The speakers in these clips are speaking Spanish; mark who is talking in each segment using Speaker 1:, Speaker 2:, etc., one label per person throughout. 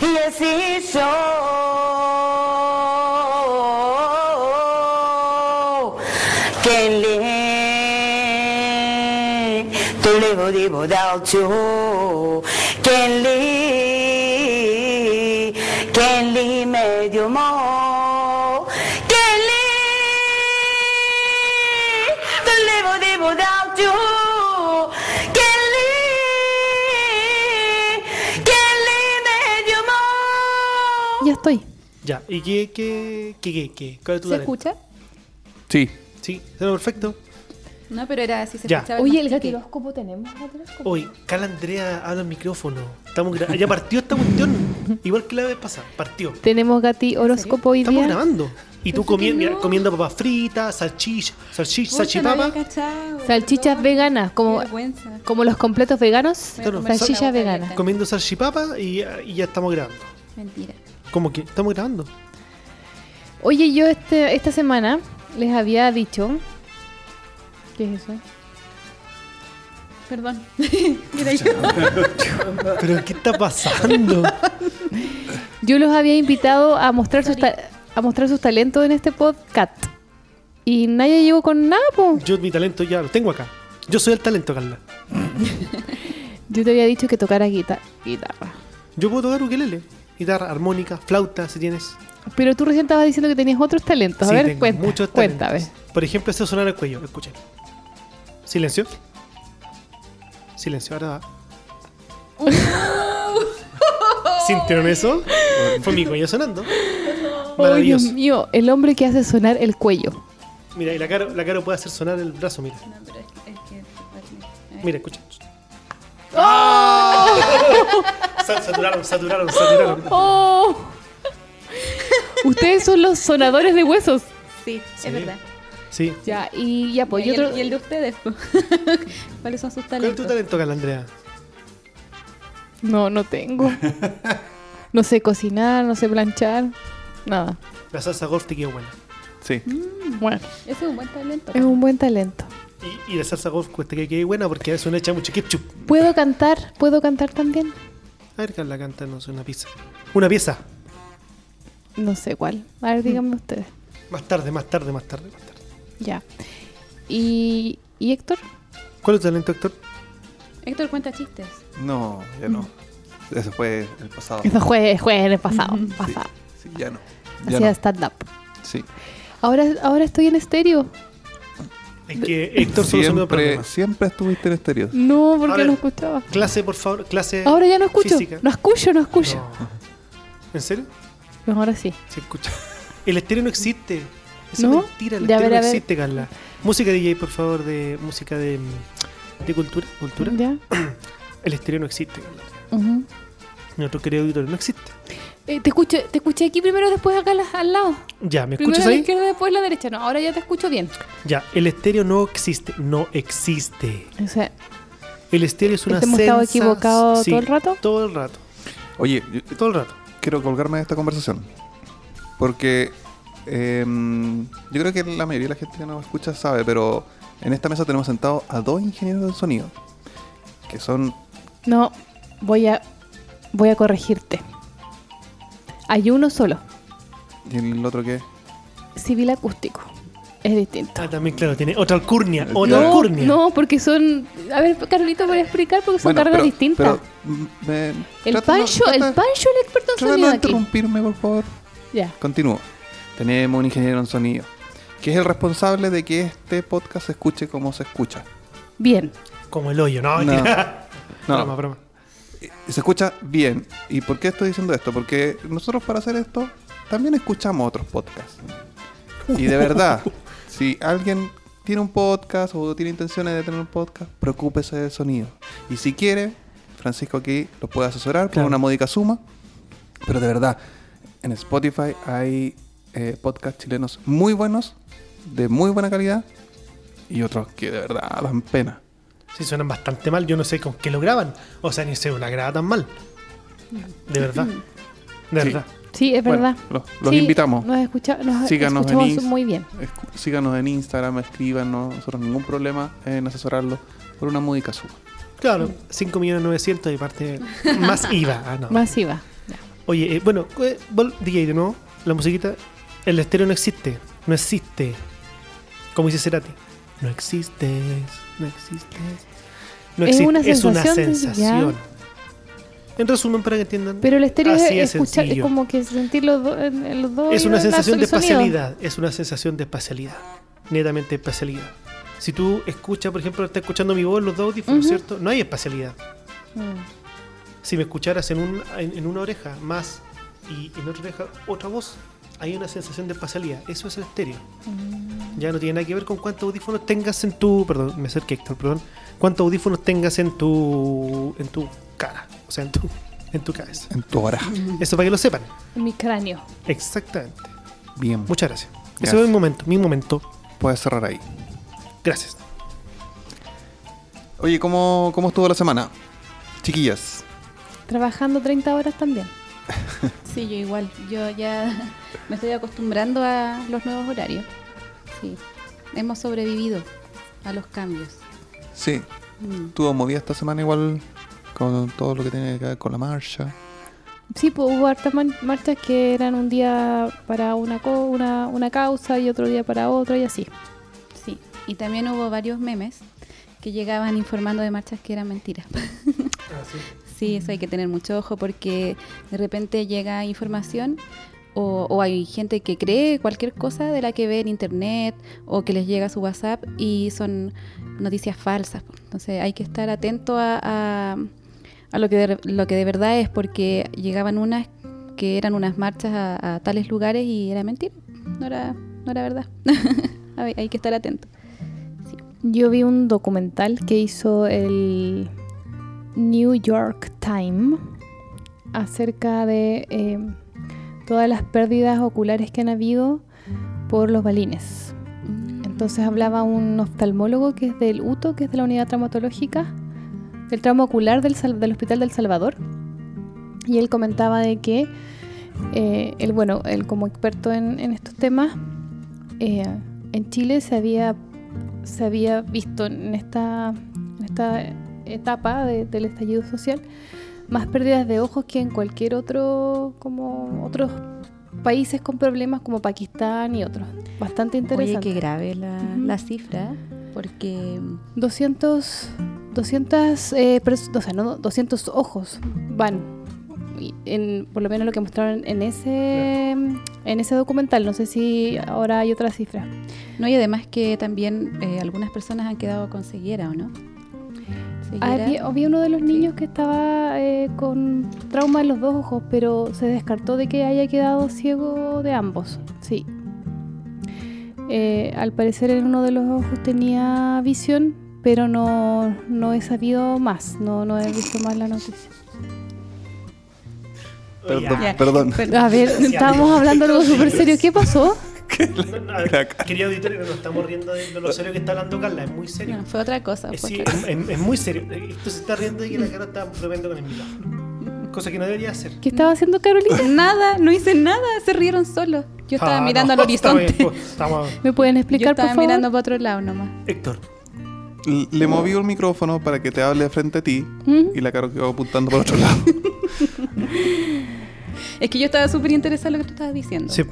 Speaker 1: Y así yo, que le, te levo debo dar yo, que le, que le medio mo, que le, te levo debo dar yo, que le, que le medio mo.
Speaker 2: Ya estoy.
Speaker 3: Ya, ¿y qué, qué, qué, qué, qué? ¿Cuál es tu
Speaker 2: ¿Se
Speaker 3: talento?
Speaker 2: escucha?
Speaker 4: Sí.
Speaker 3: Sí, suena perfecto.
Speaker 5: No, pero era así, se
Speaker 3: Ya.
Speaker 5: escuchaba.
Speaker 2: Oye,
Speaker 5: el
Speaker 2: el Oh,
Speaker 5: mastique.
Speaker 2: gatiloscopo tenemos gatiloscopo.
Speaker 3: Oye, Carla Andrea habla al micrófono. Estamos gra- ya partió esta cuestión. Igual que la vez pasada, partió.
Speaker 2: Tenemos gati horóscopo hoy
Speaker 3: Estamos
Speaker 2: día.
Speaker 3: grabando. Y tú
Speaker 5: Pensé que
Speaker 3: comi- mira,
Speaker 5: no.
Speaker 3: comiendo papas fritas, salchicha, salchicha,
Speaker 5: Pucha, no había
Speaker 3: salchipapa.
Speaker 5: cachado,
Speaker 2: Salchichas
Speaker 5: perdón.
Speaker 2: veganas, como,
Speaker 5: Qué vergüenza.
Speaker 2: como los completos veganos.
Speaker 5: Voy a
Speaker 3: Claro,
Speaker 5: comer
Speaker 2: salchicha
Speaker 5: con la boca
Speaker 2: vegana.
Speaker 5: abierta.
Speaker 3: Comiendo salchipapa y, y ya estamos grabando.
Speaker 5: Mentira.
Speaker 3: ¿Cómo que? Estamos grabando.
Speaker 2: Oye, yo este, esta semana les había dicho. ¿Qué es eso?
Speaker 5: Perdón.
Speaker 3: ¿Pero qué está pasando?
Speaker 2: Yo los había invitado a mostrar sus, ta- a mostrar sus talentos en este podcast. Y nadie llegó con nada, po.
Speaker 3: Yo mi talento ya lo tengo acá. Yo soy el talento, Carla.
Speaker 2: Yo te había dicho que tocara guita- guitarra.
Speaker 3: Yo puedo tocar ukelele, guitarra, armónica, flauta, si tienes.
Speaker 2: Pero tú recién estabas diciendo que tenías otros talentos. A
Speaker 3: Sí,
Speaker 2: ver,
Speaker 3: tengo
Speaker 2: cuenta,
Speaker 3: muchos
Speaker 2: cuéntame.
Speaker 3: talentos. Por ejemplo, eso sonar el cuello, escuchen. Silencio. Silencio, ahora va. ¿Sintieron eso? Fue mi cuello sonando.
Speaker 2: Oh, Dios
Speaker 3: Maravilloso.
Speaker 2: mío, el hombre que hace sonar el cuello.
Speaker 3: Mira, y la cara, la cara puede hacer sonar el brazo, mira.
Speaker 5: No, pero es que. Es que
Speaker 3: Mira, escucha.
Speaker 2: ¡Ah!
Speaker 3: Sa- Saturaron, saturaron, saturaron.
Speaker 2: ¡Oh! Ustedes son los sonadores de huesos.
Speaker 5: Sí,
Speaker 3: Sí.
Speaker 5: es verdad.
Speaker 3: Sí.
Speaker 2: Ya, y ya, pues.
Speaker 5: y,
Speaker 2: Y otro,
Speaker 5: el, y el de ustedes, po. ¿cuáles son sus
Speaker 3: ¿Cuál es tu
Speaker 5: talentos?
Speaker 3: talento, Carla Andrea?
Speaker 2: No, no tengo. No sé cocinar, no sé planchar, nada.
Speaker 3: La salsa golf te quedó buena.
Speaker 4: Sí.
Speaker 2: Bueno,
Speaker 5: Ese es un buen talento.
Speaker 2: es un buen talento.
Speaker 3: Y, y la salsa golf cuesta que quede buena porque a veces uno echa mucho ketchup.
Speaker 2: ¿Puedo cantar? ¿Puedo cantar también?
Speaker 3: A ver, Carla, cántanos una pieza. Una pieza.
Speaker 2: No sé cuál. A ver, díganme ustedes.
Speaker 3: Más tarde, más tarde, más tarde, más tarde.
Speaker 2: Ya. ¿Y, y Héctor?
Speaker 3: ¿Cuál es tu talento, Héctor?
Speaker 5: Héctor cuenta chistes.
Speaker 4: No, ya no. Eso fue el pasado.
Speaker 2: Eso fue, fue en el pasado. pasado.
Speaker 4: Sí, ya no. Ya
Speaker 2: Hacía
Speaker 4: no.
Speaker 2: stand-up.
Speaker 4: Sí.
Speaker 2: Ahora, ahora estoy en estéreo.
Speaker 3: Es que Héctor solo son los
Speaker 4: Siempre,
Speaker 3: problemas.
Speaker 4: siempre estuviste en este estéreo.
Speaker 2: No,
Speaker 3: A
Speaker 2: porque
Speaker 3: ver.
Speaker 2: no escuchaba.
Speaker 3: Clase, por favor, clase.
Speaker 2: Ahora ya no escucho.
Speaker 3: física.
Speaker 2: No escucho, no escucho.
Speaker 3: No. ¿En serio?
Speaker 2: No, ahora sí.
Speaker 3: Se escucha. El estéreo no existe. Eso
Speaker 2: ¿No?
Speaker 3: es mentira, el
Speaker 2: Ya, a
Speaker 3: estéreo
Speaker 2: ver, a
Speaker 3: no
Speaker 2: ver.
Speaker 3: existe, Carla. Música DJ, por favor, de música de, mm, de cultura. cultura.
Speaker 2: ¿Ya?
Speaker 3: El estéreo no existe, Carla.
Speaker 2: Ujú.
Speaker 3: Nuestro querido auditorio no existe.
Speaker 2: Eh, te, escuché, te escuché aquí primero, después acá al- al lado.
Speaker 3: Ya, ¿me
Speaker 2: Primero
Speaker 3: escuchas
Speaker 2: la
Speaker 3: ahí?
Speaker 2: izquierda, después la derecha. No, ahora ya te escucho bien.
Speaker 3: Ya, el estéreo no existe. No existe.
Speaker 2: O sea,
Speaker 3: El estéreo es una
Speaker 2: Este ¿Hemos estado
Speaker 3: sensa-
Speaker 2: equivocados
Speaker 3: sí,
Speaker 2: todo el rato?
Speaker 3: Todo el rato.
Speaker 4: Oye, yo
Speaker 3: Todo el rato.
Speaker 4: quiero colgarme de esta conversación. Porque em, yo creo que la mayoría de la gente que nos escucha sabe, pero en esta mesa tenemos sentados a dos ingenieros del sonido. Que son.
Speaker 2: no, voy a, voy a corregirte. Hay uno solo,
Speaker 4: ¿Y el otro qué?
Speaker 2: civil acústico. Es distinto.
Speaker 3: Ah, también, claro, tiene otra alcurnia. Otra
Speaker 2: No,
Speaker 3: alcurnia.
Speaker 2: no, porque son... A ver, Carlito, voy a explicar porque son
Speaker 4: Bueno,
Speaker 2: cargas
Speaker 4: pero-
Speaker 2: distintas.
Speaker 4: pero, mm, me-
Speaker 2: el
Speaker 4: trata- no,
Speaker 2: Pancho,
Speaker 4: trata-
Speaker 2: el Pancho el experto en
Speaker 4: trata de
Speaker 2: sonido
Speaker 4: no
Speaker 2: aquí.
Speaker 4: interrumpirme, por favor.
Speaker 2: Ya.
Speaker 4: Continúo. Tenemos un ingeniero en sonido, que es el responsable de que este podcast se escuche como se escucha.
Speaker 2: Bien.
Speaker 3: Como el hoyo, no,
Speaker 4: No.
Speaker 3: mentira.
Speaker 4: No.
Speaker 3: Broma, broma.
Speaker 4: Se escucha bien. ¿Y por qué estoy diciendo esto? Porque nosotros para hacer esto también escuchamos otros podcasts. Y de verdad, si alguien tiene un podcast o tiene intenciones de tener un podcast, preocúpese del sonido. Y si quiere, Francisco aquí lo puede asesorar por
Speaker 3: Claro.
Speaker 4: una módica suma. Pero de verdad, en Spotify hay eh, podcasts chilenos muy buenos, de muy buena calidad, y otros que de verdad dan pena.
Speaker 3: Sí, suenan bastante mal. Yo no sé con qué lo graban. O sea, ni sé una graba tan mal. De verdad.
Speaker 2: Mm.
Speaker 3: De
Speaker 4: Sí.
Speaker 3: verdad.
Speaker 2: Sí, es
Speaker 4: Bueno,
Speaker 2: verdad.
Speaker 4: los- los
Speaker 2: Sí,
Speaker 4: invitamos.
Speaker 2: Nos, escucha, nos
Speaker 4: Síganos en
Speaker 2: escuchamos
Speaker 4: Inst-
Speaker 2: muy bien.
Speaker 4: escu- Síganos en Instagram, escríbanos, nosotros ningún problema en asesorarlo por una módica suma.
Speaker 3: Claro, 5.900.000 y parte más IVA. Ah, no.
Speaker 2: Masiva.
Speaker 3: Oye, eh, bueno, eh, vol- DJ de nuevo, la musiquita, el estéreo no existe, no existe. Como dice Cerati, no existes, no existes. No
Speaker 2: Es
Speaker 3: existe,
Speaker 2: una
Speaker 3: es una
Speaker 2: sensación de- ya.
Speaker 3: sensación. En resumen, para que entiendan,
Speaker 2: Pero el estéreo
Speaker 3: Así
Speaker 2: es
Speaker 3: es
Speaker 2: escuchar, es
Speaker 3: sencillo.
Speaker 2: como que sentir los, do- en- en los dos.
Speaker 3: es
Speaker 2: oídos
Speaker 3: una
Speaker 2: la-
Speaker 3: sensación
Speaker 2: el
Speaker 3: de
Speaker 2: sonido.
Speaker 3: espacialidad, es una sensación de espacialidad, netamente espacialidad. Si tú escuchas, por ejemplo, estás escuchando mi voz en los dos audífonos,
Speaker 2: Ujú.
Speaker 3: ¿cierto? No hay espacialidad.
Speaker 5: Mm.
Speaker 3: si me escucharas en, un, en, en una oreja más y en otra oreja otra voz, hay una sensación de espacialidad. Eso es el estéreo.
Speaker 2: Mm.
Speaker 3: Ya no tiene nada que ver con cuántos audífonos tengas en tu. Perdón, me acerqué, Héctor, perdón. Cuántos audífonos tengas en tu. en tu cara. O sea, en tu, en tu cabeza.
Speaker 4: En tu oreja.
Speaker 2: Mm.
Speaker 3: Eso para que lo sepan.
Speaker 2: Mi cráneo.
Speaker 3: Exactamente.
Speaker 4: Bien.
Speaker 3: Muchas gracias. Ese
Speaker 4: Gracias.
Speaker 3: fue mi momento, mi momento.
Speaker 4: Puedes cerrar ahí.
Speaker 3: Gracias.
Speaker 4: Oye, ¿cómo, ¿cómo estuvo la semana? Chiquillas.
Speaker 2: Trabajando 30 horas también.
Speaker 5: Sí, yo igual. Yo ya me estoy acostumbrando a los nuevos horarios. Sí. Hemos sobrevivido a los cambios.
Speaker 4: Sí.
Speaker 5: Mm.
Speaker 4: Tuvo movida esta semana igual con todo lo que tiene que ver con la marcha.
Speaker 2: Sí, pues hubo hartas man- marchas que eran un día para una, co- una, una causa y otro día para otra y así.
Speaker 5: Sí. Y también hubo varios memes que llegaban informando de marchas que eran mentiras. Sí, eso hay que tener mucho ojo porque de repente llega información o, o hay gente que cree cualquier cosa de la que ve en internet o que les llega a su WhatsApp y son noticias falsas. po. Entonces hay que estar atento a, a- a lo, que de, lo que de verdad es porque llegaban unas que eran unas marchas a, a tales lugares y era mentira, no era, no era verdad. hay, hay que estar atento.
Speaker 2: Yo vi un documental que hizo el New York Times acerca de eh, todas las pérdidas oculares que han habido por los balines.
Speaker 5: Mm.
Speaker 2: Entonces hablaba un oftalmólogo que es del UTO, que es de la unidad traumatológica, del trauma ocular del, Sal- del Hospital del Salvador. Y él comentaba de que, eh, él, bueno, él como experto en, en estos temas, eh, en Chile se había, se había visto en esta, en esta etapa de- del estallido social más pérdidas de ojos que en cualquier otro, como otros países con problemas como Pakistán y otros. Bastante interesante.
Speaker 5: Oye, qué grave la,
Speaker 2: Ujú.
Speaker 5: la cifra porque... mm,
Speaker 2: 200, 200, eh, pers- o sea, no, 200 ojos van. Y En, por lo menos lo que mostraron en ese, en ese documental. No sé si ahora hay otra cifra.
Speaker 5: No, y además que también eh, algunas personas han quedado con ceguera, ¿o no? Ceguera.
Speaker 2: Había, había uno de los niños que estaba eh, con trauma en los dos ojos, pero se descartó de que haya quedado ciego de ambos. Sí. Eh, al parecer en uno de los ojos tenía visión, pero no, no he sabido más. No, no he visto más la noticia.
Speaker 4: Perdón,
Speaker 5: Ya.
Speaker 4: perdón.
Speaker 2: A ver, estábamos hablando algo súper serio. ¿Qué pasó?
Speaker 3: No, a ver, querido auditorio, no nos estamos riendo de de lo serio que está hablando Carla, es muy serio.
Speaker 5: No, pues, fue otra cosa.
Speaker 3: Eh,
Speaker 5: fue
Speaker 3: Sí,
Speaker 5: otra
Speaker 3: es,
Speaker 5: cosa.
Speaker 3: es- es muy serio. Eh, Esto se está riendo y que la cara está bromeando con el micrófono. Cosa que no debería hacer.
Speaker 2: ¿Qué estaba haciendo Carolina?
Speaker 5: Nada, no hice nada, se rieron solos. Yo estaba
Speaker 3: Ah, no,
Speaker 5: mirando al
Speaker 3: estamos
Speaker 5: horizonte.
Speaker 3: bien, pues, estamos-
Speaker 2: ¿Me pueden
Speaker 5: Yo
Speaker 2: explicar, por
Speaker 5: estaba
Speaker 2: favor?
Speaker 5: mirando para otro lado nomás.
Speaker 3: Héctor,
Speaker 4: L- Le moví el micrófono para que te hable de frente a ti
Speaker 2: ¿Mm?
Speaker 4: y la cara quedó apuntando por otro lado.
Speaker 5: Es que yo estaba súper interesada en lo que tú estabas diciendo.
Speaker 3: sí,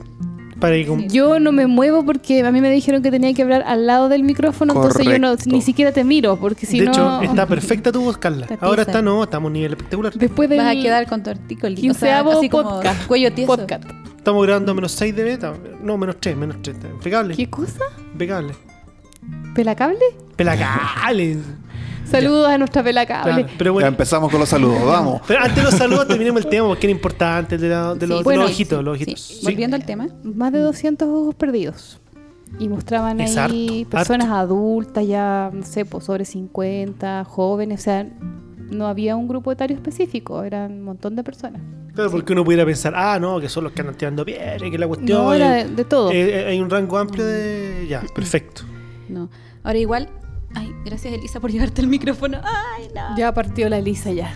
Speaker 3: para ir con.
Speaker 2: Yo no me muevo porque a mí me dijeron que tenía que hablar al lado del micrófono, entonces yo no,
Speaker 4: Correcto.
Speaker 2: ni siquiera te miro, porque si
Speaker 3: de
Speaker 2: no...
Speaker 3: hecho, está perfecta tu voz, Carla.
Speaker 5: Está
Speaker 3: Ahora
Speaker 5: tiza.
Speaker 3: está, no, estamos a un nivel espectacular.
Speaker 2: Después del
Speaker 5: Vas a quedar con tortícolis. O sea,
Speaker 2: quinceavo
Speaker 5: así como
Speaker 2: podcast.
Speaker 5: cuello tieso.
Speaker 2: podcast.
Speaker 3: Estamos grabando a menos 6 de beta. No, menos 3, menos 3. Impecable.
Speaker 2: ¿Qué cosa?
Speaker 3: Impecable.
Speaker 2: ¿Pelacable?
Speaker 3: Pelacales.
Speaker 2: Saludos a nuestra pelacable.
Speaker 3: Claro, pero
Speaker 4: Ya
Speaker 3: bueno.
Speaker 4: empezamos con los saludos, vamos.
Speaker 3: Pero antes de los saludos terminemos el tema porque era importante de, la- de
Speaker 5: Sí,
Speaker 3: los, de
Speaker 2: bueno,
Speaker 3: los ojitos.
Speaker 5: sí,
Speaker 3: los
Speaker 5: sí.
Speaker 3: ojitos. Sí.
Speaker 5: Volviendo al tema.
Speaker 2: Más de 200 ojos perdidos. Y mostraban
Speaker 3: Mm. Es
Speaker 2: ahí
Speaker 3: harto,
Speaker 2: personas adultas, ya, no sé, pues, sobre 50, jóvenes, o sea, no había un grupo etario específico, eran un montón de personas.
Speaker 3: Claro, porque uno pudiera pensar, ah, no, que son los que andan tirando piedras y que la cuestión.
Speaker 2: No, era
Speaker 3: eh,
Speaker 2: de, de todo.
Speaker 3: eh, hay un rango amplio de. Ya, perfecto.
Speaker 5: No. Ahora igual. Ay, gracias Elisa por llevarte el micrófono. Ay, no. Eh,
Speaker 2: ya partió la Elisa ya.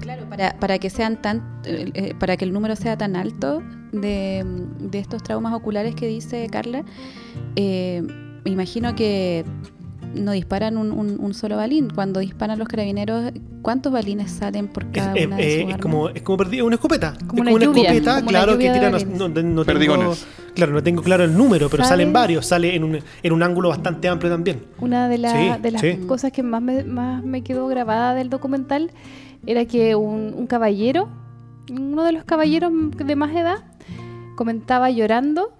Speaker 5: Claro, para, para que sean tan, eh, eh, para que el número sea tan alto de, de estos traumas oculares que dice Carla, eh, me imagino que no disparan un, un- un solo balín. Cuando disparan los carabineros, ¿cuántos balines salen por
Speaker 3: Es,
Speaker 5: cada
Speaker 3: eh,
Speaker 5: una
Speaker 3: eh,
Speaker 5: de sus
Speaker 3: es
Speaker 5: armas?
Speaker 3: como, es como perdi- una escopeta. es
Speaker 2: una
Speaker 3: como una
Speaker 2: lluvia,
Speaker 3: escopeta,
Speaker 2: como una
Speaker 3: claro,
Speaker 2: lluvia
Speaker 3: que
Speaker 2: de
Speaker 3: tiran. as-
Speaker 2: balines.
Speaker 3: No, no- no tengo,
Speaker 4: Perdigones.
Speaker 3: claro, no tengo claro el número, pero
Speaker 2: Salen-
Speaker 3: salen varios. Sale en un, en un ángulo bastante amplio también.
Speaker 2: Una de, la-
Speaker 3: Sí,
Speaker 2: de las
Speaker 3: sí.
Speaker 2: cosas que más me, más me quedó grabada del documental era que un, un caballero, uno de los caballeros de más edad, comentaba llorando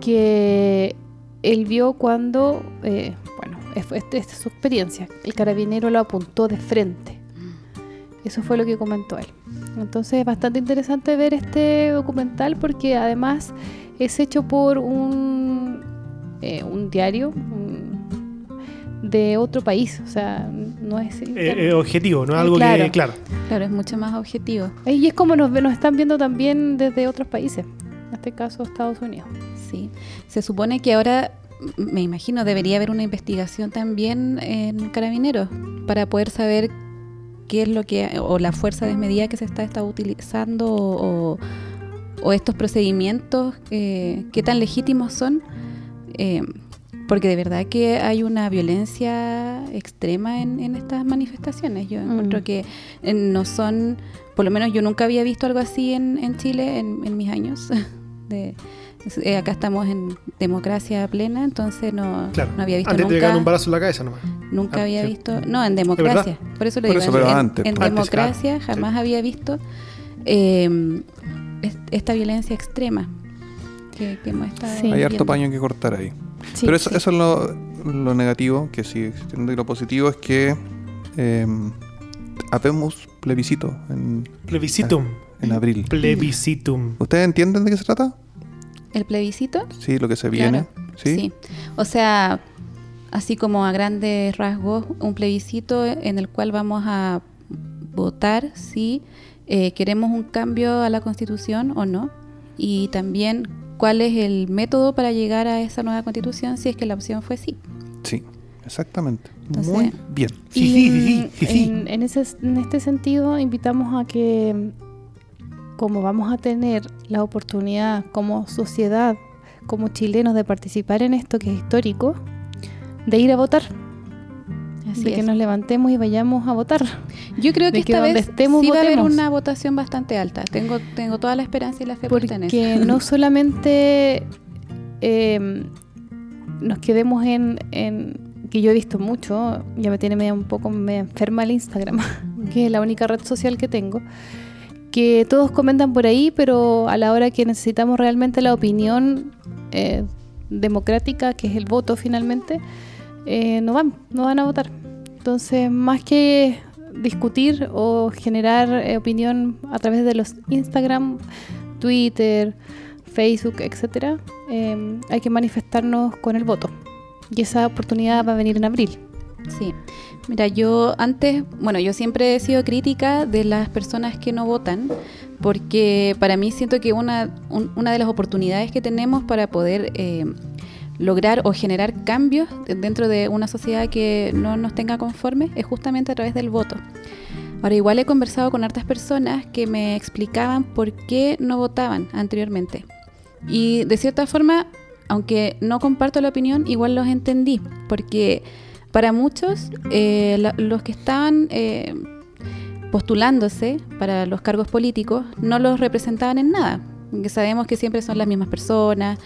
Speaker 2: que él vio cuando, eh, bueno, es- esta es su experiencia, el carabinero lo apuntó de frente. Eso fue lo que comentó él. Entonces es bastante interesante ver este documental porque además es hecho por un, eh, un diario un- de otro país. O sea, no es...
Speaker 3: Eh, eh, objetivo, no es
Speaker 2: Eh,
Speaker 3: algo
Speaker 2: claro.
Speaker 3: que, claro.
Speaker 5: Claro, es mucho más objetivo.
Speaker 2: y es como nos, ve- nos están viendo también desde otros países. En este caso Estados Unidos.
Speaker 5: Sí, se supone que ahora, m- me imagino, debería haber una investigación también en carabineros para poder saber qué es lo que, o la fuerza desmedida que se está, está utilizando o, o estos procedimientos, eh, qué tan legítimos son. eh, porque de verdad que hay una violencia extrema en, en estas manifestaciones. Yo
Speaker 2: Mm.
Speaker 5: encuentro que eh, no son, por lo menos yo nunca había visto algo así en, en Chile en, en mis años. de- eh, acá estamos en democracia plena, entonces no,
Speaker 3: claro.
Speaker 5: no había visto
Speaker 3: Antes te
Speaker 5: nunca.
Speaker 3: pegaron un balazo en la cabeza nomás.
Speaker 5: Nunca
Speaker 3: Ah,
Speaker 5: había
Speaker 3: sí.
Speaker 5: visto. No, en democracia. Por eso lo
Speaker 4: Por
Speaker 5: digo.
Speaker 4: eso, pero
Speaker 5: en,
Speaker 4: antes,
Speaker 5: en
Speaker 4: pues.
Speaker 3: Antes, claro.
Speaker 5: democracia jamás había visto eh, es- esta violencia extrema que, que hemos estado
Speaker 2: Sí.
Speaker 4: Hay harto
Speaker 5: viendo.
Speaker 4: paño que cortar ahí.
Speaker 2: Sí,
Speaker 4: Pero eso,
Speaker 2: sí.
Speaker 4: eso es lo, lo negativo que sigue existiendo. Y lo positivo es que eh, habemos plebiscito en,
Speaker 3: Plebiscitum.
Speaker 4: en abril.
Speaker 3: Plebiscitum.
Speaker 4: ¿Ustedes entienden de qué se trata?
Speaker 5: El plebiscito.
Speaker 4: Sí, lo que se viene.
Speaker 5: Claro,
Speaker 4: ¿Sí?
Speaker 5: O sea, así como a grandes rasgos, un plebiscito en el cual vamos a votar si eh, queremos un cambio a la constitución o no. Y también cuál es el método para llegar a esa nueva constitución si es que la opción fue sí.
Speaker 4: Sí, exactamente.
Speaker 5: Entonces-
Speaker 4: Muy bien.
Speaker 2: Y,
Speaker 3: Sí, sí, sí,
Speaker 2: mm,
Speaker 3: sí, sí, sí.
Speaker 2: En, en ese, en este sentido, invitamos a que, mm, como vamos a tener la oportunidad como sociedad, como chilenos, de participar en esto que es histórico, de ir a votar, de que
Speaker 5: es.
Speaker 2: nos levantemos y vayamos a votar.
Speaker 5: Yo creo
Speaker 2: de
Speaker 5: que
Speaker 2: que
Speaker 5: esta
Speaker 2: donde
Speaker 5: vez
Speaker 2: estemos,
Speaker 5: sí va a haber
Speaker 2: votemos.
Speaker 5: una votación bastante alta. Tengo, tengo toda la esperanza y la fe puesta en eso.
Speaker 2: Porque no solamente eh, nos quedemos en, en- que yo he visto mucho, ya me tiene media un poco me enferma el Instagram, que es la única red social que tengo, que todos comentan por ahí, pero a la hora que necesitamos realmente la opinión eh, democrática, que es el voto finalmente, eh, no van, no van a votar. Entonces, más que discutir o generar eh, opinión a través de los Instagram, Twitter, Facebook, etcétera, eh, hay que manifestarnos con el voto. Y esa oportunidad va a venir en abril.
Speaker 5: Sí. Mira, yo antes, bueno, yo siempre he sido crítica de las personas que no votan, porque para mí siento que una, un- una de las oportunidades que tenemos para poder eh, lograr o generar cambios dentro de una sociedad que no nos tenga conformes es justamente a través del voto. Ahora, igual he conversado con hartas personas que me explicaban por qué no votaban anteriormente. Y de cierta forma, aunque no comparto la opinión, igual los entendí, porque para muchos, eh, la- los que estaban eh, postulándose para los cargos políticos no los representaban en nada. Que sabemos que siempre son las mismas personas,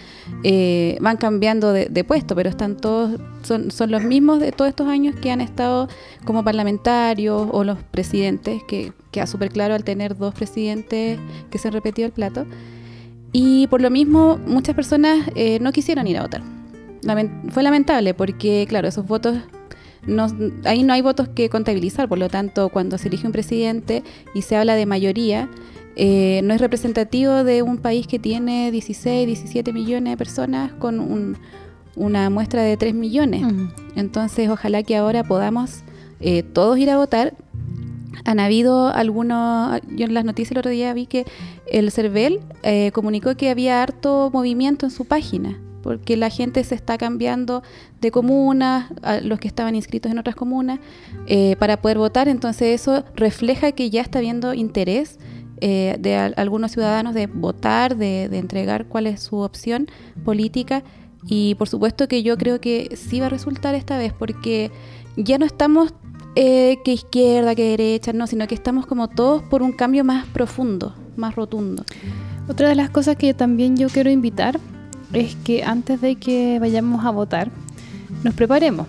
Speaker 5: eh, van cambiando de, de puesto, pero están todos, son, son los mismos de todos estos años que han estado como parlamentarios o los presidentes, que queda súper claro al tener dos presidentes que se han repetido el plato. Y por lo mismo, muchas personas eh, no quisieron ir a votar. Lamen- fue lamentable porque, claro, esos votos, no, ahí no hay votos que contabilizar, por lo tanto, cuando se elige un presidente y se habla de mayoría, eh, no es representativo de un país que tiene 16, 17 millones de personas con un- una muestra de 3
Speaker 2: Eh.
Speaker 5: millones. Entonces, ojalá que ahora podamos eh, todos ir a votar. Han habido algunos, yo en las noticias el otro día vi que el CERVEL eh, comunicó que había harto movimiento en su página, porque la gente se está cambiando de comunas, a los que estaban inscritos en otras comunas, eh, para poder votar. Entonces eso refleja que ya está habiendo interés eh, de al- algunos ciudadanos de votar, de, de entregar cuál es su opción política Y por supuesto que yo creo que sí va a resultar esta vez porque ya no estamos eh, que izquierda, que derecha, no, sino que estamos como todos por un cambio más profundo, más rotundo.
Speaker 2: Otra de las cosas que también yo quiero invitar es que antes de que vayamos a votar, nos preparemos.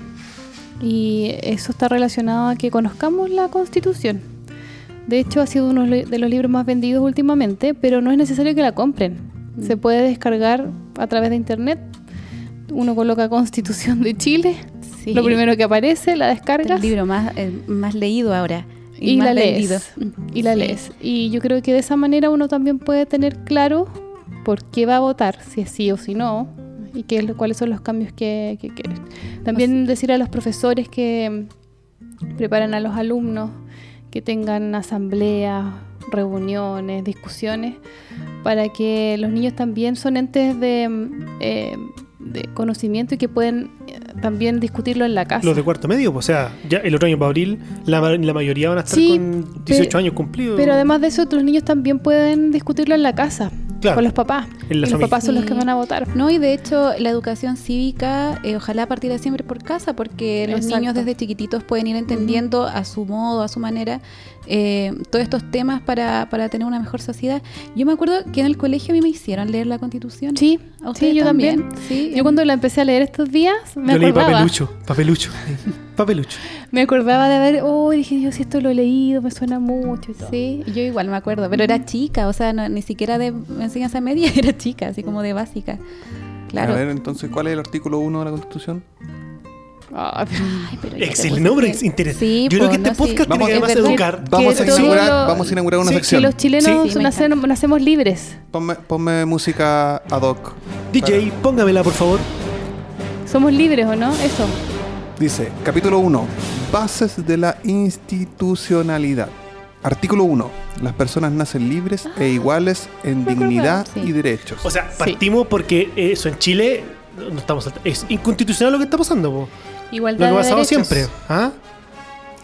Speaker 2: Y eso está relacionado a que conozcamos la Constitución. De hecho, ha sido uno de los libros más vendidos últimamente, pero no es necesario que la compren. Se puede descargar a través de internet. Uno coloca Constitución de Chile,
Speaker 5: Sí.
Speaker 2: lo primero que aparece, la
Speaker 5: el
Speaker 2: descargas
Speaker 5: libro más, eh, más leído ahora.
Speaker 2: y, la
Speaker 5: más vendido.
Speaker 2: lees. Y la
Speaker 5: Sí.
Speaker 2: lees. Y yo creo que de esa manera uno también puede tener claro por qué va a votar, si es sí o si no, y qué es lo- cuáles son los cambios que, que quieren. También decir a los profesores que mm, preparan a los alumnos que tengan asambleas, reuniones, discusiones, para que los niños también son entes de, mm, eh, de conocimiento y que pueden eh, también discutirlo en la casa.
Speaker 3: Los de cuarto medio, pues, o sea, ya el otro año para abril, la, ma- la mayoría van a estar
Speaker 2: Sí,
Speaker 3: con 18
Speaker 2: pe-
Speaker 3: años cumplidos.
Speaker 2: Pero además de eso, los niños también pueden discutirlo en la casa,
Speaker 3: Claro.
Speaker 2: con los papás.
Speaker 3: En la
Speaker 2: y los
Speaker 3: familia.
Speaker 2: papás son los que
Speaker 5: Sí.
Speaker 2: van a votar.
Speaker 5: No, y de hecho la educación cívica eh, ojalá partiera siempre por casa, porque los
Speaker 2: Exacto.
Speaker 5: niños desde chiquititos pueden ir entendiendo a su modo, a su manera, eh, todos estos temas para, para tener una mejor sociedad. Yo me acuerdo que en el colegio a mí me hicieron leer la constitución.
Speaker 2: Sí,
Speaker 5: ¿A ustedes
Speaker 2: sí, yo también.
Speaker 5: Sí,
Speaker 2: Yo cuando la empecé a leer estos días, me
Speaker 3: Yo leí
Speaker 2: acordaba.
Speaker 3: papelucho, papelucho, papelucho.
Speaker 2: Me acordaba de haber, oh, dije yo, si esto lo he leído, me suena mucho. y todo.
Speaker 5: Sí, yo igual me acuerdo, pero era chica, o sea, no- ni siquiera de enseñanza media, era chica, así como de básica. Claro.
Speaker 4: A ver, entonces, ¿cuál es el artículo 1 de la Constitución?
Speaker 2: Ah, pero-
Speaker 5: Ay, pero ya te
Speaker 3: Excelente, no, pero
Speaker 5: pusiste-
Speaker 3: interesante.
Speaker 5: Sí,
Speaker 3: Yo creo que
Speaker 5: po,
Speaker 2: pues,
Speaker 3: este
Speaker 5: no, sí.
Speaker 3: podcast tiene
Speaker 4: Vamos
Speaker 3: que
Speaker 4: a-
Speaker 3: además
Speaker 2: Es verdad.
Speaker 3: educar.
Speaker 4: Vamos a,
Speaker 2: todo
Speaker 4: inaugurar,
Speaker 2: lo-
Speaker 4: vamos a inaugurar una
Speaker 3: Sí, que
Speaker 2: que
Speaker 4: sección.
Speaker 2: los chilenos
Speaker 5: Sí, me
Speaker 2: nacen- nacemos libres.
Speaker 4: Ponme, ponme música ad hoc.
Speaker 3: DJ, póngamela, por favor.
Speaker 2: Somos libres, ¿o no? Eso.
Speaker 4: Dice, capítulo 1, bases de la institucionalidad. Artículo 1, las personas nacen libres e iguales en
Speaker 2: me
Speaker 4: dignidad
Speaker 5: acordaba, sí.
Speaker 4: y derechos.
Speaker 3: O sea,
Speaker 2: Sí.
Speaker 3: partimos porque eso en Chile no no estamos salta- es inconstitucional lo que está pasando, po. lo que
Speaker 2: Igualdad
Speaker 3: ha
Speaker 2: de
Speaker 3: pasado
Speaker 2: derechos.
Speaker 3: siempre, ¿ah?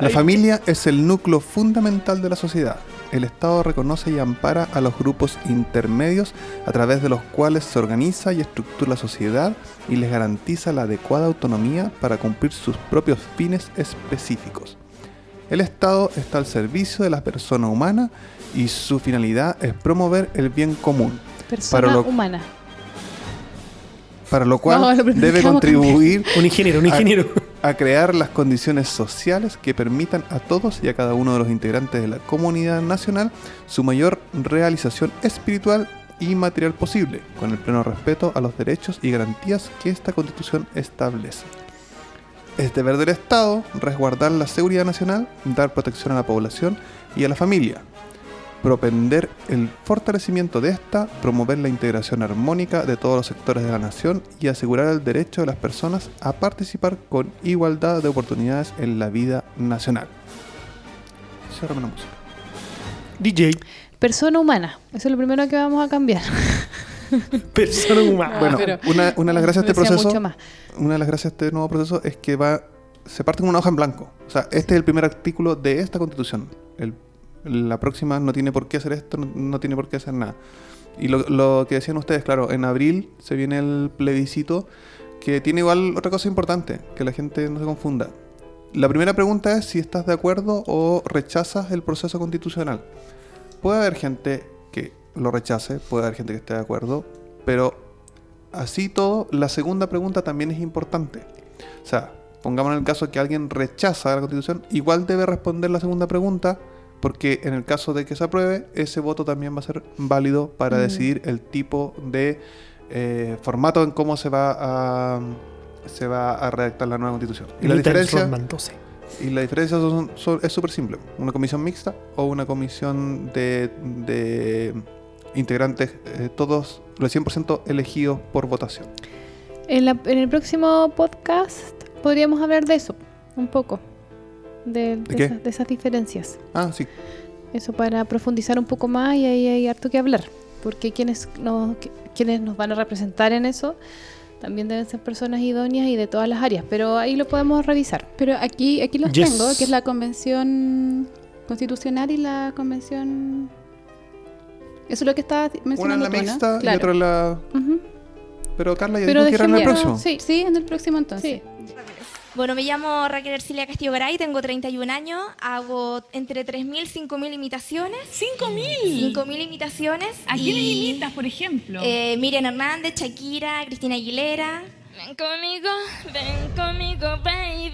Speaker 4: la
Speaker 3: Ay.
Speaker 4: familia es el núcleo fundamental de la sociedad. El Estado reconoce y ampara a los grupos intermedios a través de los cuales se organiza y estructura la sociedad y les garantiza la adecuada autonomía para cumplir sus propios fines específicos. El Estado está al servicio de la persona humana y su finalidad es promover el bien común.
Speaker 2: Persona
Speaker 4: Para lo-
Speaker 2: humana.
Speaker 4: para lo cual
Speaker 2: No, lo primero
Speaker 4: debe
Speaker 2: que vamos a
Speaker 4: contribuir
Speaker 3: Un ingeniero, un
Speaker 4: Ah.
Speaker 3: ingeniero.
Speaker 4: a crear las condiciones sociales que permitan a todos y a cada uno de los integrantes de la comunidad nacional su mayor realización espiritual y material posible, con el pleno respeto a los derechos y garantías que esta constitución establece. Es deber del Estado resguardar la seguridad nacional, dar protección a la población y a la familia, propender el fortalecimiento de esta, promover la integración armónica de todos los sectores de la nación y asegurar el derecho de las personas a participar con igualdad de oportunidades en la vida nacional. Cierrame la música.
Speaker 3: DJ,
Speaker 2: Persona humana. Eso es lo primero que vamos a cambiar.
Speaker 3: persona humana.
Speaker 4: bueno,
Speaker 2: Ah, pero-
Speaker 4: una, una de las gracias de este
Speaker 2: Decía
Speaker 4: proceso,
Speaker 2: mucho más.
Speaker 4: una de las gracias de este nuevo proceso es que va se parte con una hoja en blanco. O sea, este es el primer artículo de esta constitución. El- la próxima no tiene por qué hacer esto, no, no tiene por qué hacer nada. Y lo, lo que decían ustedes, claro, en abril se viene el plebiscito que tiene igual otra cosa importante, que la gente no se confunda. La primera pregunta es si estás de acuerdo o rechazas el proceso constitucional. Puede haber gente que lo rechace, puede haber gente que esté de acuerdo, pero así todo, la segunda pregunta también es importante. O sea, pongamos en el caso que alguien rechaza la constitución, igual debe responder la segunda pregunta, porque en el caso de que se apruebe, ese voto también va a ser válido para decidir el tipo de eh, formato en cómo se va a se va a redactar la nueva constitución. Y la
Speaker 3: Military
Speaker 4: diferencia,
Speaker 3: Rodman 12.
Speaker 4: y la diferencia son- son- es súper simple. Una comisión mixta o una comisión de, de integrantes, eh, todos los 100% elegidos por votación.
Speaker 2: En, la- en el próximo podcast podríamos hablar de eso, un poco, de, de
Speaker 4: qué?
Speaker 2: esas- de esas diferencias.
Speaker 4: Ah, sí.
Speaker 2: Eso para profundizar un poco más y ahí hay harto que hablar, porque quienes nos, que- quienes nos van a representar en eso también deben ser personas idóneas y de todas las áreas, pero ahí lo podemos revisar.
Speaker 5: Pero aquí, aquí los
Speaker 3: Yes.
Speaker 5: tengo, que es la convención constitucional y la convención... Eso es lo que estaba
Speaker 4: Una en
Speaker 5: mencionando
Speaker 4: la
Speaker 5: tú, ¿no?
Speaker 4: mixta y
Speaker 5: Claro.
Speaker 4: otra en la...
Speaker 2: Ujú.
Speaker 4: Pero Carla ya
Speaker 2: Pero
Speaker 4: dijo que era en el
Speaker 2: dejemos-
Speaker 4: próximo.
Speaker 2: Sí.
Speaker 5: Sí, en el próximo entonces.
Speaker 2: Sí.
Speaker 6: Bueno, me llamo Raquel Ercilia Castillo Garay, tengo 31 años, hago entre 3.000 y 5.000 imitaciones.
Speaker 7: ¡Cinco mil!
Speaker 6: 5.000 imitaciones.
Speaker 7: ¿A quiénes
Speaker 6: y,
Speaker 7: imitas, por ejemplo?
Speaker 6: eh, Miriam Hernández, Shakira, Cristina Aguilera.
Speaker 8: Ven conmigo, ven conmigo, baby.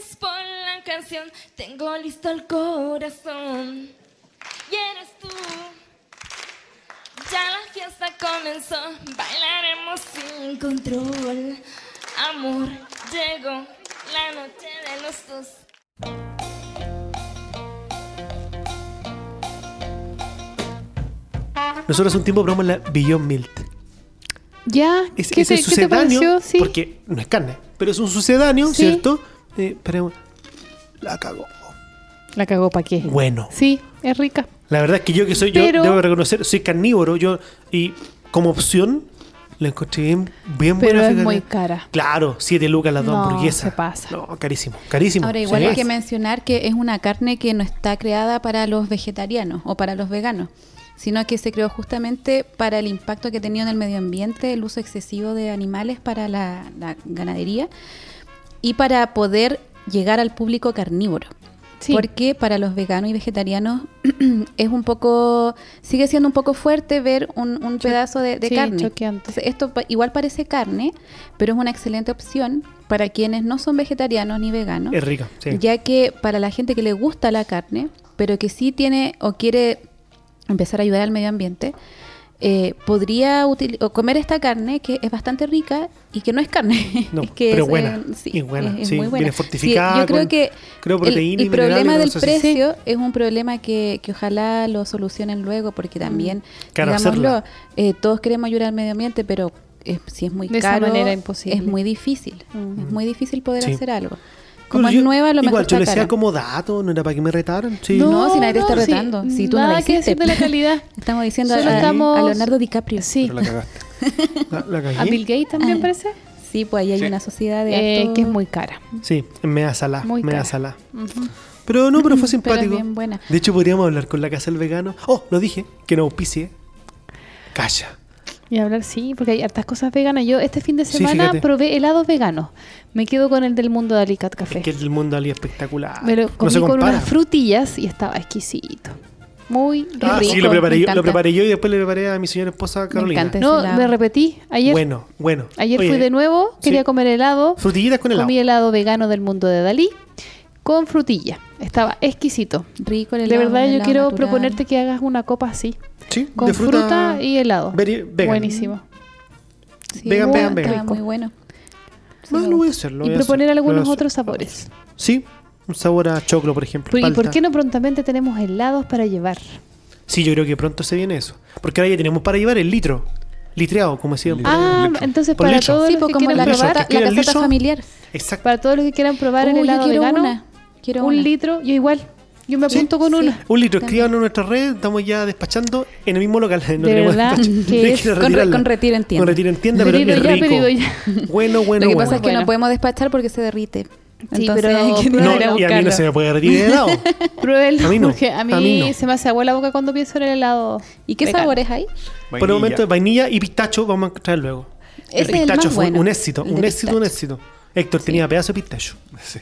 Speaker 8: Es por la canción. Tengo listo el corazón. Y eres tú. Ya la fiesta comenzó. Bailaremos sin control. Amor, llegó la noche de los dos.
Speaker 3: Nosotros hace un tiempo probamos la Beyond Milk.
Speaker 2: Ya,
Speaker 3: Es,
Speaker 2: ¿qué,
Speaker 3: es
Speaker 2: te,
Speaker 3: el
Speaker 2: qué te pareció?
Speaker 3: sucedáneo,
Speaker 2: Sí.
Speaker 3: porque no es carne, pero es un sucedáneo,
Speaker 2: Sí.
Speaker 3: ¿cierto? Eh, pero la cagó.
Speaker 2: La cagó pa' qué.
Speaker 3: Bueno.
Speaker 2: Sí, es rica.
Speaker 3: La verdad es que yo que soy,
Speaker 2: Pero-
Speaker 3: yo debo reconocer, soy carnívoro, yo, y como opción, la encontré bien, bien
Speaker 2: Pero
Speaker 3: buena.
Speaker 2: es
Speaker 3: fíjate.
Speaker 2: muy cara.
Speaker 3: Claro, siete lucas las dos
Speaker 2: No,
Speaker 3: hamburguesas.
Speaker 2: se pasa.
Speaker 3: No, carísimo, carísimo.
Speaker 5: Ahora
Speaker 3: se
Speaker 5: igual hay
Speaker 3: pasa.
Speaker 5: que mencionar que es una carne que no está creada para los vegetarianos o para los veganos, sino que se creó justamente para el impacto que ha tenido en el medio ambiente el uso excesivo de animales para la, la ganadería y para poder llegar al público carnívoro.
Speaker 2: Sí.
Speaker 5: Porque para los veganos y vegetarianos es un poco, sigue siendo un poco fuerte ver un, un pedazo de, de
Speaker 2: sí,
Speaker 5: carne.
Speaker 2: choqueante.
Speaker 5: Entonces, esto pa- igual parece carne, pero es una excelente opción para quienes no son vegetarianos ni veganos,
Speaker 3: Es rica, sí.
Speaker 5: ya que para la gente que le gusta la carne, pero que sí tiene o quiere empezar a ayudar al medio ambiente, eh, podría util- o comer esta carne que es bastante rica y que no es carne.
Speaker 3: No,
Speaker 5: es que
Speaker 3: pero
Speaker 5: es,
Speaker 3: buena,
Speaker 5: eh, sí,
Speaker 3: es buena,
Speaker 5: es- es
Speaker 3: sí,
Speaker 5: muy buena.
Speaker 3: viene fortificada
Speaker 5: Sí, yo creo
Speaker 3: con-
Speaker 5: que
Speaker 3: creo
Speaker 5: el-
Speaker 3: proteína y
Speaker 5: el, problema
Speaker 3: minerales,
Speaker 5: del
Speaker 3: una cosa así.
Speaker 5: precio es un problema que, que ojalá lo solucionen luego,
Speaker 2: Mm.
Speaker 5: porque también,
Speaker 3: Claro,
Speaker 5: digámoslo,
Speaker 3: hacerla.
Speaker 5: eh, todos queremos ayudar al medio ambiente, pero eh, si es muy
Speaker 2: De esa
Speaker 5: caro,
Speaker 2: manera imposible. Mm.
Speaker 5: es muy difícil. Es muy difícil poder
Speaker 3: Sí.
Speaker 5: hacer algo. Como
Speaker 3: Yo-
Speaker 5: es nueva, lo
Speaker 3: Igual,
Speaker 5: mejor
Speaker 3: yo
Speaker 5: está
Speaker 3: le decía
Speaker 5: cara.
Speaker 3: como dato, no era para que me retaran. Sí.
Speaker 5: No, si nadie te está retando, si tú no la
Speaker 2: nada que
Speaker 5: hiciste.
Speaker 2: decir de la calidad.
Speaker 5: Estamos diciendo a,
Speaker 2: Solo
Speaker 5: a-
Speaker 2: estamos-
Speaker 5: a Leonardo DiCaprio.
Speaker 2: Sí.
Speaker 4: Pero la cagaste.
Speaker 3: La, la cagué.
Speaker 2: A Bill Gates
Speaker 5: Ah.
Speaker 2: también parece.
Speaker 5: Sí, pues ahí hay
Speaker 4: Sí.
Speaker 5: una sociedad de
Speaker 2: Eh,
Speaker 5: harto-
Speaker 2: que es muy cara.
Speaker 3: Sí, me asalá,
Speaker 2: Muy
Speaker 3: me
Speaker 2: cara.
Speaker 3: asalá. Pero no, pero fue simpático.
Speaker 5: bien buena.
Speaker 3: De hecho, podríamos hablar con la casa del vegano. Oh, lo dije, que no auspicie. Calla.
Speaker 2: Y hablar, sí, porque hay hartas cosas veganas. Yo este fin de
Speaker 3: Sí,
Speaker 2: semana
Speaker 3: fíjate.
Speaker 2: probé helados veganos. Me quedo con el del mundo de Alicat Café.
Speaker 3: Es que el mundo ali es espectacular.
Speaker 2: Me lo
Speaker 3: no
Speaker 2: comí
Speaker 3: se
Speaker 2: con
Speaker 3: compara.
Speaker 2: unas frutillas y estaba exquisito. Muy rico.
Speaker 3: Ah, sí,
Speaker 5: rico,
Speaker 3: lo preparé,
Speaker 5: me
Speaker 3: yo, lo
Speaker 5: encanta.
Speaker 3: preparé yo y después le preparé a mi señora esposa Carolina.
Speaker 5: encanta ese
Speaker 2: No,
Speaker 5: helado.
Speaker 2: me repetí. Ayer,
Speaker 3: Bueno, bueno.
Speaker 2: ayer
Speaker 3: Oye,
Speaker 2: fui de nuevo, quería
Speaker 3: sí.
Speaker 2: comer helado.
Speaker 3: Frutillitas con helado.
Speaker 2: Comí helado vegano del mundo de Dalí con frutilla. Estaba exquisito.
Speaker 5: rico el
Speaker 2: de
Speaker 5: helado,
Speaker 2: verdad,
Speaker 5: un
Speaker 2: yo
Speaker 5: helado
Speaker 2: quiero
Speaker 5: natural.
Speaker 2: proponerte que hagas una copa así,
Speaker 3: Sí,
Speaker 2: con
Speaker 3: de
Speaker 2: fruta, y helado.
Speaker 3: very- vegan.
Speaker 2: Buenísimo.
Speaker 5: Sí,
Speaker 3: vegan,
Speaker 5: muy-
Speaker 3: vegan, vegan.
Speaker 5: estaba muy bueno.
Speaker 3: No, Ah, lo voy a hacer. lo
Speaker 2: Y
Speaker 3: voy a hacer,
Speaker 2: proponer
Speaker 3: lo voy a
Speaker 2: algunos
Speaker 3: hacer.
Speaker 2: otros sabores.
Speaker 3: Sí, un sabor a choclo, por ejemplo.
Speaker 2: Por- ¿Y por
Speaker 3: palta.
Speaker 2: qué no prontamente tenemos helados para llevar?
Speaker 3: Sí, yo creo que pronto se viene eso. Porque ahora ya tenemos para llevar el litro. Litreado, como decía.
Speaker 4: Litro.
Speaker 2: Ah,
Speaker 4: lecho.
Speaker 2: entonces
Speaker 3: Por
Speaker 2: para
Speaker 3: lecho.
Speaker 2: todos,
Speaker 5: Sí,
Speaker 2: los
Speaker 5: pues
Speaker 2: que
Speaker 5: como la
Speaker 2: quieran
Speaker 3: liso,
Speaker 5: caseta,
Speaker 2: probar,
Speaker 3: que quede
Speaker 5: la caseta
Speaker 3: liso.
Speaker 5: familiar.
Speaker 3: Exacto.
Speaker 2: para todos los que quieran probar el
Speaker 5: Oh, yo
Speaker 2: helado
Speaker 5: quiero
Speaker 2: vegano,
Speaker 5: una, quiero
Speaker 2: un
Speaker 5: una.
Speaker 2: litro, yo igual, yo me
Speaker 3: Sí,
Speaker 2: apunto con
Speaker 5: sí.
Speaker 2: una.
Speaker 3: Un litro, escríbanos en nuestra red, estamos ya despachando en el mismo local. No
Speaker 2: De
Speaker 3: tenemos
Speaker 2: verdad
Speaker 3: despacho.
Speaker 2: que
Speaker 3: Hay
Speaker 2: es-
Speaker 5: Con re-
Speaker 3: retirarla.
Speaker 5: con retiro en tienda.
Speaker 3: Con retiro en tienda, pero
Speaker 2: Pedido
Speaker 3: es
Speaker 2: ya,
Speaker 3: rico.
Speaker 2: pedido ya.
Speaker 3: Bueno, bueno,
Speaker 5: Lo que
Speaker 3: bueno.
Speaker 5: pasa es que
Speaker 2: Bueno.
Speaker 5: no podemos despachar porque se derrite.
Speaker 2: Sí,
Speaker 5: Entonces,
Speaker 2: pero-
Speaker 5: hay que
Speaker 2: pero-
Speaker 5: mandar a
Speaker 3: No, y a mí no
Speaker 5: buscarlo.
Speaker 3: se me puede retirar el helado.
Speaker 2: Pruébelo,
Speaker 3: A mí no,
Speaker 2: porque a mí,
Speaker 3: a mí no.
Speaker 2: se me hace agua la boca cuando pienso en el helado.
Speaker 5: ¿Y qué
Speaker 2: vegano.
Speaker 5: sabores hay?
Speaker 3: Por el
Speaker 4: Vainilla.
Speaker 3: momento, vainilla y pistacho vamos a traer luego.
Speaker 5: Ese es el
Speaker 3: pistacho
Speaker 5: más
Speaker 3: fue
Speaker 5: bueno,
Speaker 3: un éxito,
Speaker 5: el de
Speaker 3: un éxito, un
Speaker 5: pistacho.
Speaker 3: éxito. Héctor tenía pedazo de pistacho.
Speaker 4: Sí.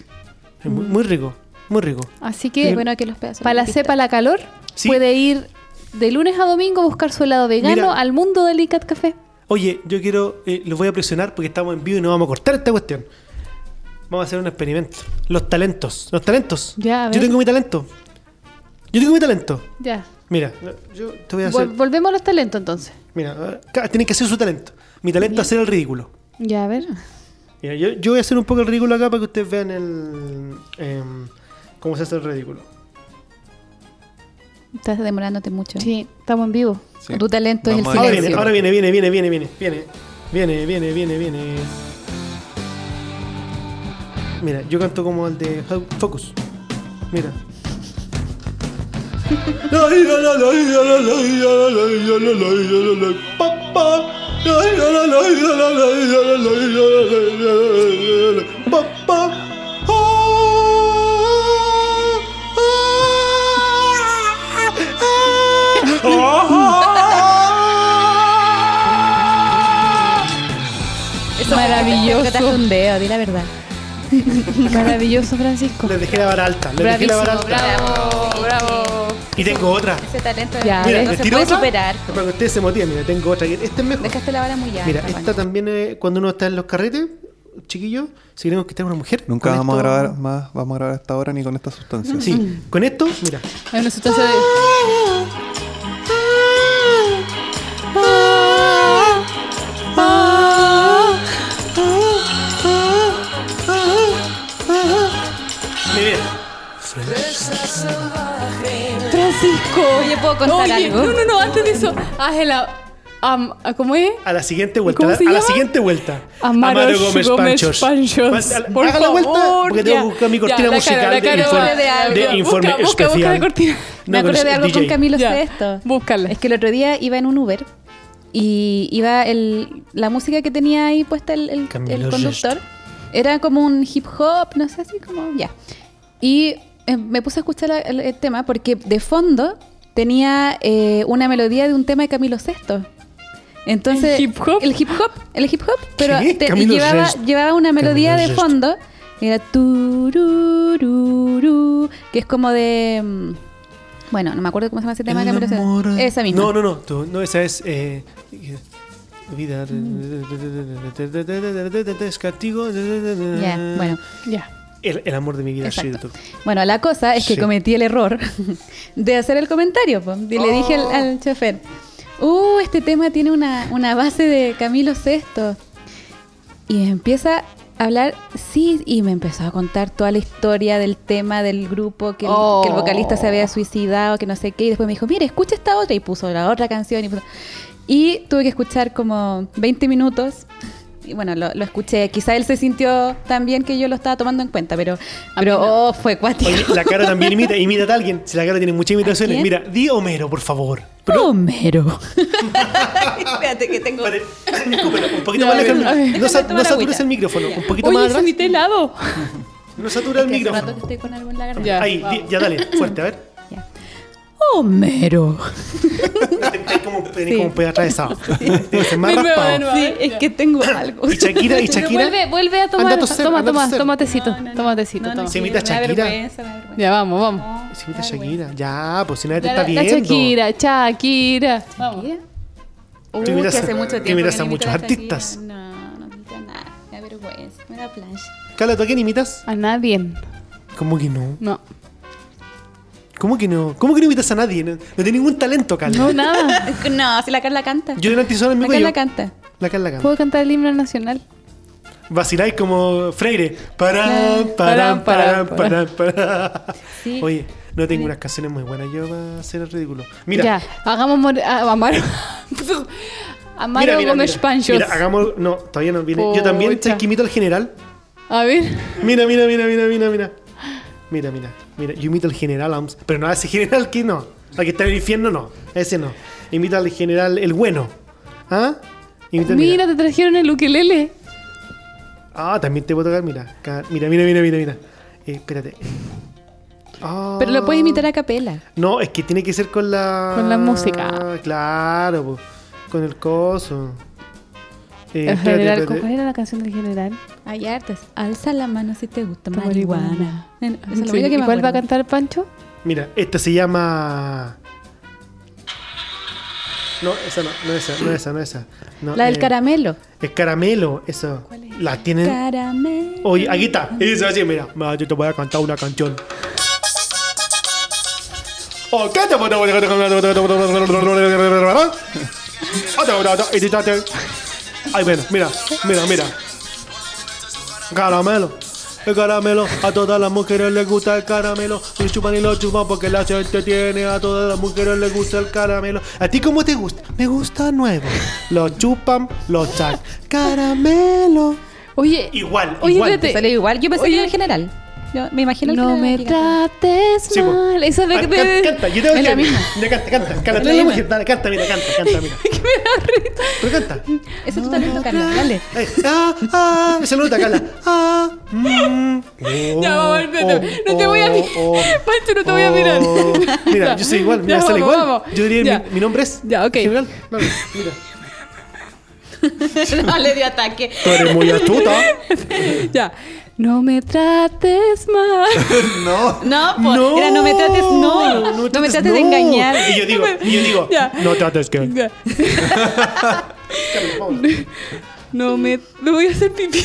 Speaker 3: Es Muy,
Speaker 5: Mm.
Speaker 3: muy rico, muy rico.
Speaker 2: Así
Speaker 5: Qué
Speaker 2: que,
Speaker 5: bueno que los pedazos.
Speaker 2: para la
Speaker 5: de pista.
Speaker 2: cepa, la calor,
Speaker 3: Sí.
Speaker 2: puede ir de lunes a domingo a buscar su helado vegano
Speaker 3: Mira.
Speaker 2: al mundo del ICAT Café.
Speaker 3: Oye, yo quiero, eh, los voy a presionar porque estamos en vivo y no vamos a cortar esta cuestión. Vamos a hacer un experimento. Los talentos, los talentos.
Speaker 2: Ya, a
Speaker 3: yo
Speaker 2: ver.
Speaker 3: tengo mi talento. Yo tengo mi talento.
Speaker 2: Ya.
Speaker 3: Mira, yo te voy a hacer.
Speaker 2: Vol- volvemos a los talentos entonces.
Speaker 3: Mira, ca- tienen que hacer su talento. Mi talento es hacer el ridículo.
Speaker 2: Ya, a ver.
Speaker 3: Mira, yo, yo voy a hacer un poco el ridículo acá para que ustedes vean el em, cómo se hace el ridículo.
Speaker 5: Estás demorándote mucho.
Speaker 2: Sí, estamos en vivo.
Speaker 4: Sí.
Speaker 5: Tu talento es el
Speaker 4: Vamos a
Speaker 3: Ahora
Speaker 4: ver.
Speaker 3: viene,
Speaker 5: silencio.
Speaker 3: ahora viene, viene, viene, viene, viene, viene, viene, viene, viene, viene. Mira, yo canto como el de Ho- Focus. Mira. Ah. Ah.
Speaker 5: Te cortaste
Speaker 2: Maravilloso.
Speaker 5: un dedo, di la verdad.
Speaker 2: Maravilloso, Francisco.
Speaker 3: Les dejé la vara alta. Les dejé la
Speaker 2: Bravísimo,
Speaker 3: vara alta.
Speaker 2: bravo, bravo.
Speaker 3: Y tengo otra.
Speaker 5: Ese talento
Speaker 2: Ya,
Speaker 5: no
Speaker 2: ¿ves?
Speaker 5: se
Speaker 3: ¿les tiro
Speaker 5: puede
Speaker 3: otra?
Speaker 5: superar.
Speaker 3: Para que ustedes se motiven, mira, tengo otra. Este es mejor.
Speaker 5: Dejaste la vara muy alta.
Speaker 3: Mira,
Speaker 5: Juan.
Speaker 3: esta también eh, cuando uno está en los carretes, chiquillos, si queremos quitar una mujer.
Speaker 4: Nunca
Speaker 3: con
Speaker 4: vamos
Speaker 3: esto-
Speaker 4: a grabar más, vamos a grabar hasta ahora ni con esta sustancia.
Speaker 3: Sí, con esto, mira.
Speaker 5: Hay una sustancia de...
Speaker 3: Muy bien.
Speaker 2: Francisco.
Speaker 5: Oye, ¿puedo contar
Speaker 2: Oye,
Speaker 5: algo?
Speaker 2: No, no, no, antes de eso. Ángela. am- ¿Cómo es?
Speaker 3: A la siguiente vuelta.
Speaker 2: ¿Cómo
Speaker 3: a la-
Speaker 2: se
Speaker 3: a la
Speaker 2: llama?
Speaker 3: siguiente vuelta.
Speaker 2: Amaro Gómez Panchos.
Speaker 3: Pan-
Speaker 2: Por
Speaker 3: Haga la vuelta
Speaker 2: favor,
Speaker 3: porque tengo
Speaker 2: ya.
Speaker 3: que buscar mi
Speaker 2: Ya,
Speaker 3: cortina
Speaker 2: la
Speaker 3: musical
Speaker 2: cara, la
Speaker 3: de,
Speaker 2: cara,
Speaker 3: informe,
Speaker 5: de algo.
Speaker 3: de informe
Speaker 2: Busca, busca, busca la
Speaker 3: especial.
Speaker 2: cortina.
Speaker 5: Me
Speaker 3: No, con
Speaker 5: acordé de
Speaker 3: ese
Speaker 5: algo con
Speaker 3: DJ.
Speaker 5: Camilo
Speaker 2: Ya,
Speaker 5: Sesto.
Speaker 2: búscala.
Speaker 5: Es que el otro día iba en un Uber y iba el, la música que tenía ahí puesta el, el-
Speaker 3: Camilo
Speaker 5: el conductor. Era como un hip hop, no sé, así como ya. Y eh, me puse a escuchar la- el, el tema porque de fondo tenía eh, una melodía de un tema de Camilo Sesto. Entonces,
Speaker 2: ¿El hip hop?
Speaker 5: El hip hop, el hip hop, pero
Speaker 3: ¿Qué?
Speaker 5: te-
Speaker 3: Camilo
Speaker 5: llevaba,
Speaker 3: Sesto.
Speaker 5: llevaba una melodía
Speaker 3: Camilo
Speaker 5: de
Speaker 3: Sesto.
Speaker 5: fondo. y Era turururu, que es como de... mm, bueno, no me acuerdo cómo se llama ese tema de Camilo Sesto.
Speaker 4: Enamora-
Speaker 5: Esa misma.
Speaker 3: No, no, no, tú- no, esa es. eh, vida. eh, Es castigo. eh,
Speaker 5: Ya, bueno.
Speaker 2: Ya.
Speaker 3: El, el amor de mi vida,
Speaker 5: Exacto.
Speaker 3: Shirley Tour.
Speaker 5: Bueno, la cosa es que
Speaker 3: Sí.
Speaker 5: cometí el error de hacer el comentario. po. Y le dije
Speaker 3: Oh.
Speaker 5: al, al chofer, uh, este tema tiene una, una base de Camilo Sesto. Y me empieza a hablar, sí, y me empezó a contar toda la historia del tema del grupo, que el,
Speaker 2: Oh.
Speaker 5: que el vocalista se había suicidado, que no sé qué. Y después me dijo, mire, escucha esta otra. Y puso la otra canción. Y, puso- y tuve que escuchar como 20 minutos. Y bueno, lo, lo escuché. Quizá él se sintió tan bien que yo lo estaba tomando en cuenta, pero, pero oh, fue cuático.
Speaker 3: Oye, la cara también imita, imita a alguien. Si la cara tiene muchas imitaciones,
Speaker 5: quién?
Speaker 3: mira, di Homero, por favor.
Speaker 5: Homero. Espérate que tengo.
Speaker 3: Vale, escúpelo, un poquito
Speaker 5: Ya,
Speaker 3: más
Speaker 5: a ver,
Speaker 3: lejos.
Speaker 5: a ver.
Speaker 3: No, sa- no
Speaker 5: Déjame tomar
Speaker 3: satures
Speaker 5: agüita.
Speaker 3: el micrófono. Un poquito más
Speaker 2: Oye, se
Speaker 3: atrás.
Speaker 2: mi helado.
Speaker 3: No satura el
Speaker 5: Que hace rato
Speaker 3: micrófono.
Speaker 5: que estoy con algo en la
Speaker 2: Este
Speaker 5: garganta.
Speaker 2: Ya.
Speaker 3: Ahí, di- ya dale, fuerte, a ver.
Speaker 5: Homero.
Speaker 3: Tenés como, tenés como un pedo atravesado. Debe ser más
Speaker 2: De nuevo, de
Speaker 3: raspado.
Speaker 2: nuevo.
Speaker 5: Sí, es que tengo algo.
Speaker 3: Y Shakira, y Shakira.
Speaker 2: Vuelve, vuelve a tomar.
Speaker 3: Anda a toser,
Speaker 2: toma,
Speaker 3: anda a
Speaker 2: toma,
Speaker 3: toser.
Speaker 2: toma tecito. Toma tecito, toma.
Speaker 3: sí. Se imita
Speaker 5: quiero, me da
Speaker 3: Shakira.
Speaker 5: vergüenza, me da vergüenza.
Speaker 2: Ya, vamos, vamos.
Speaker 3: Se imita Shakira. Ya, pues si nadie te
Speaker 2: Ah, La,
Speaker 3: está
Speaker 2: la
Speaker 3: viendo.
Speaker 2: Shakira, Shakira. Vamos.
Speaker 5: Mira. Uy,
Speaker 3: Tú imitas
Speaker 5: que
Speaker 3: a-
Speaker 5: hace mucho
Speaker 3: tú
Speaker 5: tiempo.
Speaker 3: imitas
Speaker 5: que no
Speaker 3: a muchos
Speaker 5: imito la
Speaker 3: artistas.
Speaker 5: Shakira. No, no imito a nada. Me da vergüenza. Me da plancha.
Speaker 3: Carla, ¿tú a quién imitas?
Speaker 2: A nadie.
Speaker 3: ¿Cómo que no?
Speaker 2: No.
Speaker 3: ¿Cómo que no? ¿Cómo que no imitas a nadie? No, no tiene ningún talento, Carla.
Speaker 2: No, nada.
Speaker 5: No, si la Carla canta.
Speaker 3: Yo en antisona
Speaker 5: la
Speaker 3: amigo
Speaker 5: Carla
Speaker 3: yo.
Speaker 5: canta.
Speaker 3: La Carla canta.
Speaker 2: ¿Puedo cantar el himno nacional?
Speaker 3: Vaciláis como Freire. Parán, parán, parán, parán, parán.
Speaker 5: Sí.
Speaker 3: Oye, no tengo unas canciones muy buenas. Yo voy a hacer el ridículo. Mira,
Speaker 2: Ya, hagamos mor- a- Amaro.
Speaker 3: mira,
Speaker 2: Amaro
Speaker 3: mira,
Speaker 2: Gómez
Speaker 3: mira.
Speaker 2: Panchos.
Speaker 3: Mira, hagamos. No, todavía no viene. Yo también
Speaker 2: Pucha.
Speaker 3: sé que imito al general.
Speaker 2: A ver.
Speaker 3: Mira, mira, mira, mira, mira, mira. Mira, mira, mira. Yo imito al general Ams. Pero no, a ese general que no. Al que está en el infierno, no. A ese no. Imita al general el bueno. ¿Ah? Imita-
Speaker 2: Mira, te trajeron el ukelele.
Speaker 3: Ah, también te puedo tocar, mira. Ca- Mira, mira, mira, mira, mira. Eh, espérate. Ah.
Speaker 5: Pero lo puedes imitar a capela.
Speaker 3: No, es que tiene que ser con la.
Speaker 2: Con la música.
Speaker 3: Claro, po. con el coso. Eh,
Speaker 2: El
Speaker 3: espérate,
Speaker 2: general,
Speaker 3: espérate.
Speaker 2: ¿Cuál era la canción del general?
Speaker 5: Hay artes. Alza la mano si te gusta
Speaker 2: Esta
Speaker 5: marihuana. Esa es la
Speaker 2: Sí,
Speaker 5: única que
Speaker 2: ¿y
Speaker 5: me
Speaker 2: ¿Cuál va a
Speaker 5: acuerdo.
Speaker 2: cantar Pancho?
Speaker 3: Mira, esta se llama. No, esa no, no esa, no esa, no esa. No,
Speaker 5: La del
Speaker 3: eh,
Speaker 5: caramelo.
Speaker 3: El caramelo, eso. La tienen.
Speaker 5: Caramelo.
Speaker 3: Oye, aquí está. Y dice así, mira, ma, yo te voy a cantar una canción. Oh, ¿qué te voy a Ay, bueno, mira, mira, mira. Caramelo. El caramelo, a todas las mujeres les gusta el caramelo. Y chupan y lo chupan porque la gente tiene. A todas las mujeres les gusta el caramelo. ¿A ti cómo te gusta? Me gusta nuevo. Lo chupan, lo sacan. Caramelo.
Speaker 2: Oye.
Speaker 3: Igual,
Speaker 2: Oye,
Speaker 3: igual.
Speaker 2: espérate.
Speaker 5: Salió igual. Yo pensé que era el general. Yo me imagino el
Speaker 2: No
Speaker 5: general
Speaker 2: me
Speaker 5: que canta.
Speaker 2: trates
Speaker 3: Sí, po.
Speaker 2: mal. Esa de
Speaker 3: Ah,
Speaker 2: que
Speaker 3: can-
Speaker 2: te.
Speaker 3: Canta, yo tengo
Speaker 5: es
Speaker 3: que.
Speaker 5: la misma.
Speaker 3: Ya canta, canta, canta. tú
Speaker 5: la
Speaker 3: eres la
Speaker 5: misma.
Speaker 3: mujer, dale, canta, mira, canta, canta, mira.
Speaker 2: que me da risa.
Speaker 3: Pero canta.
Speaker 5: Ese es tu talento, Carla. Dale.
Speaker 3: Ahí. Ah, ah, esa nota, Carla. Ah, mm, oh,
Speaker 2: Ya, vamos, espérate. No te voy a mi- Pancho, no te voy a mirar.
Speaker 3: Mira,
Speaker 2: Ya.
Speaker 3: yo soy igual, mira,
Speaker 2: Ya,
Speaker 3: sale
Speaker 2: vamos,
Speaker 3: igual.
Speaker 2: vamos.
Speaker 3: Yo diría,
Speaker 2: Ya.
Speaker 3: mi, mi nombre es.
Speaker 2: Ya, ok.
Speaker 3: General. Vale, mira.
Speaker 5: no, le dio ataque.
Speaker 3: Tú eres muy astuta.
Speaker 5: ya. No me trates mal.
Speaker 4: No.
Speaker 5: No, pues, no. no me trates, no. No, me trates de
Speaker 3: no.
Speaker 5: engañar.
Speaker 3: Y yo digo, y yo digo,
Speaker 5: Ya.
Speaker 3: no trates que.
Speaker 5: Ya. no me. No voy a hacer pipí.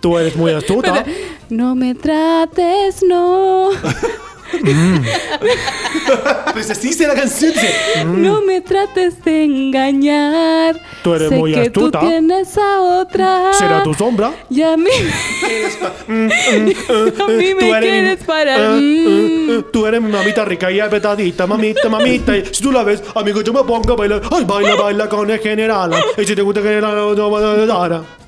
Speaker 3: Tú eres muy astuta.
Speaker 5: No me trates, no.
Speaker 3: Pues así dice la canción. dice,
Speaker 5: No me trates de engañar.
Speaker 3: Mm. Tú eres
Speaker 5: sé
Speaker 3: muy
Speaker 5: que
Speaker 3: astuta.
Speaker 5: Tú tienes a otra.
Speaker 3: ¿Será tu sombra?
Speaker 5: Y a mí. a mí me
Speaker 3: Tú eres-
Speaker 5: quieres parar.
Speaker 3: eh,
Speaker 5: Mm.
Speaker 3: eh, eh, tú eres mi mamita rica y apretadita, mamita, mamita. Y Si tú la ves, amigo, yo me pongo a bailar. Ay, baila, baila con el general. Y si te gusta el general, no, no, no, no, no, no.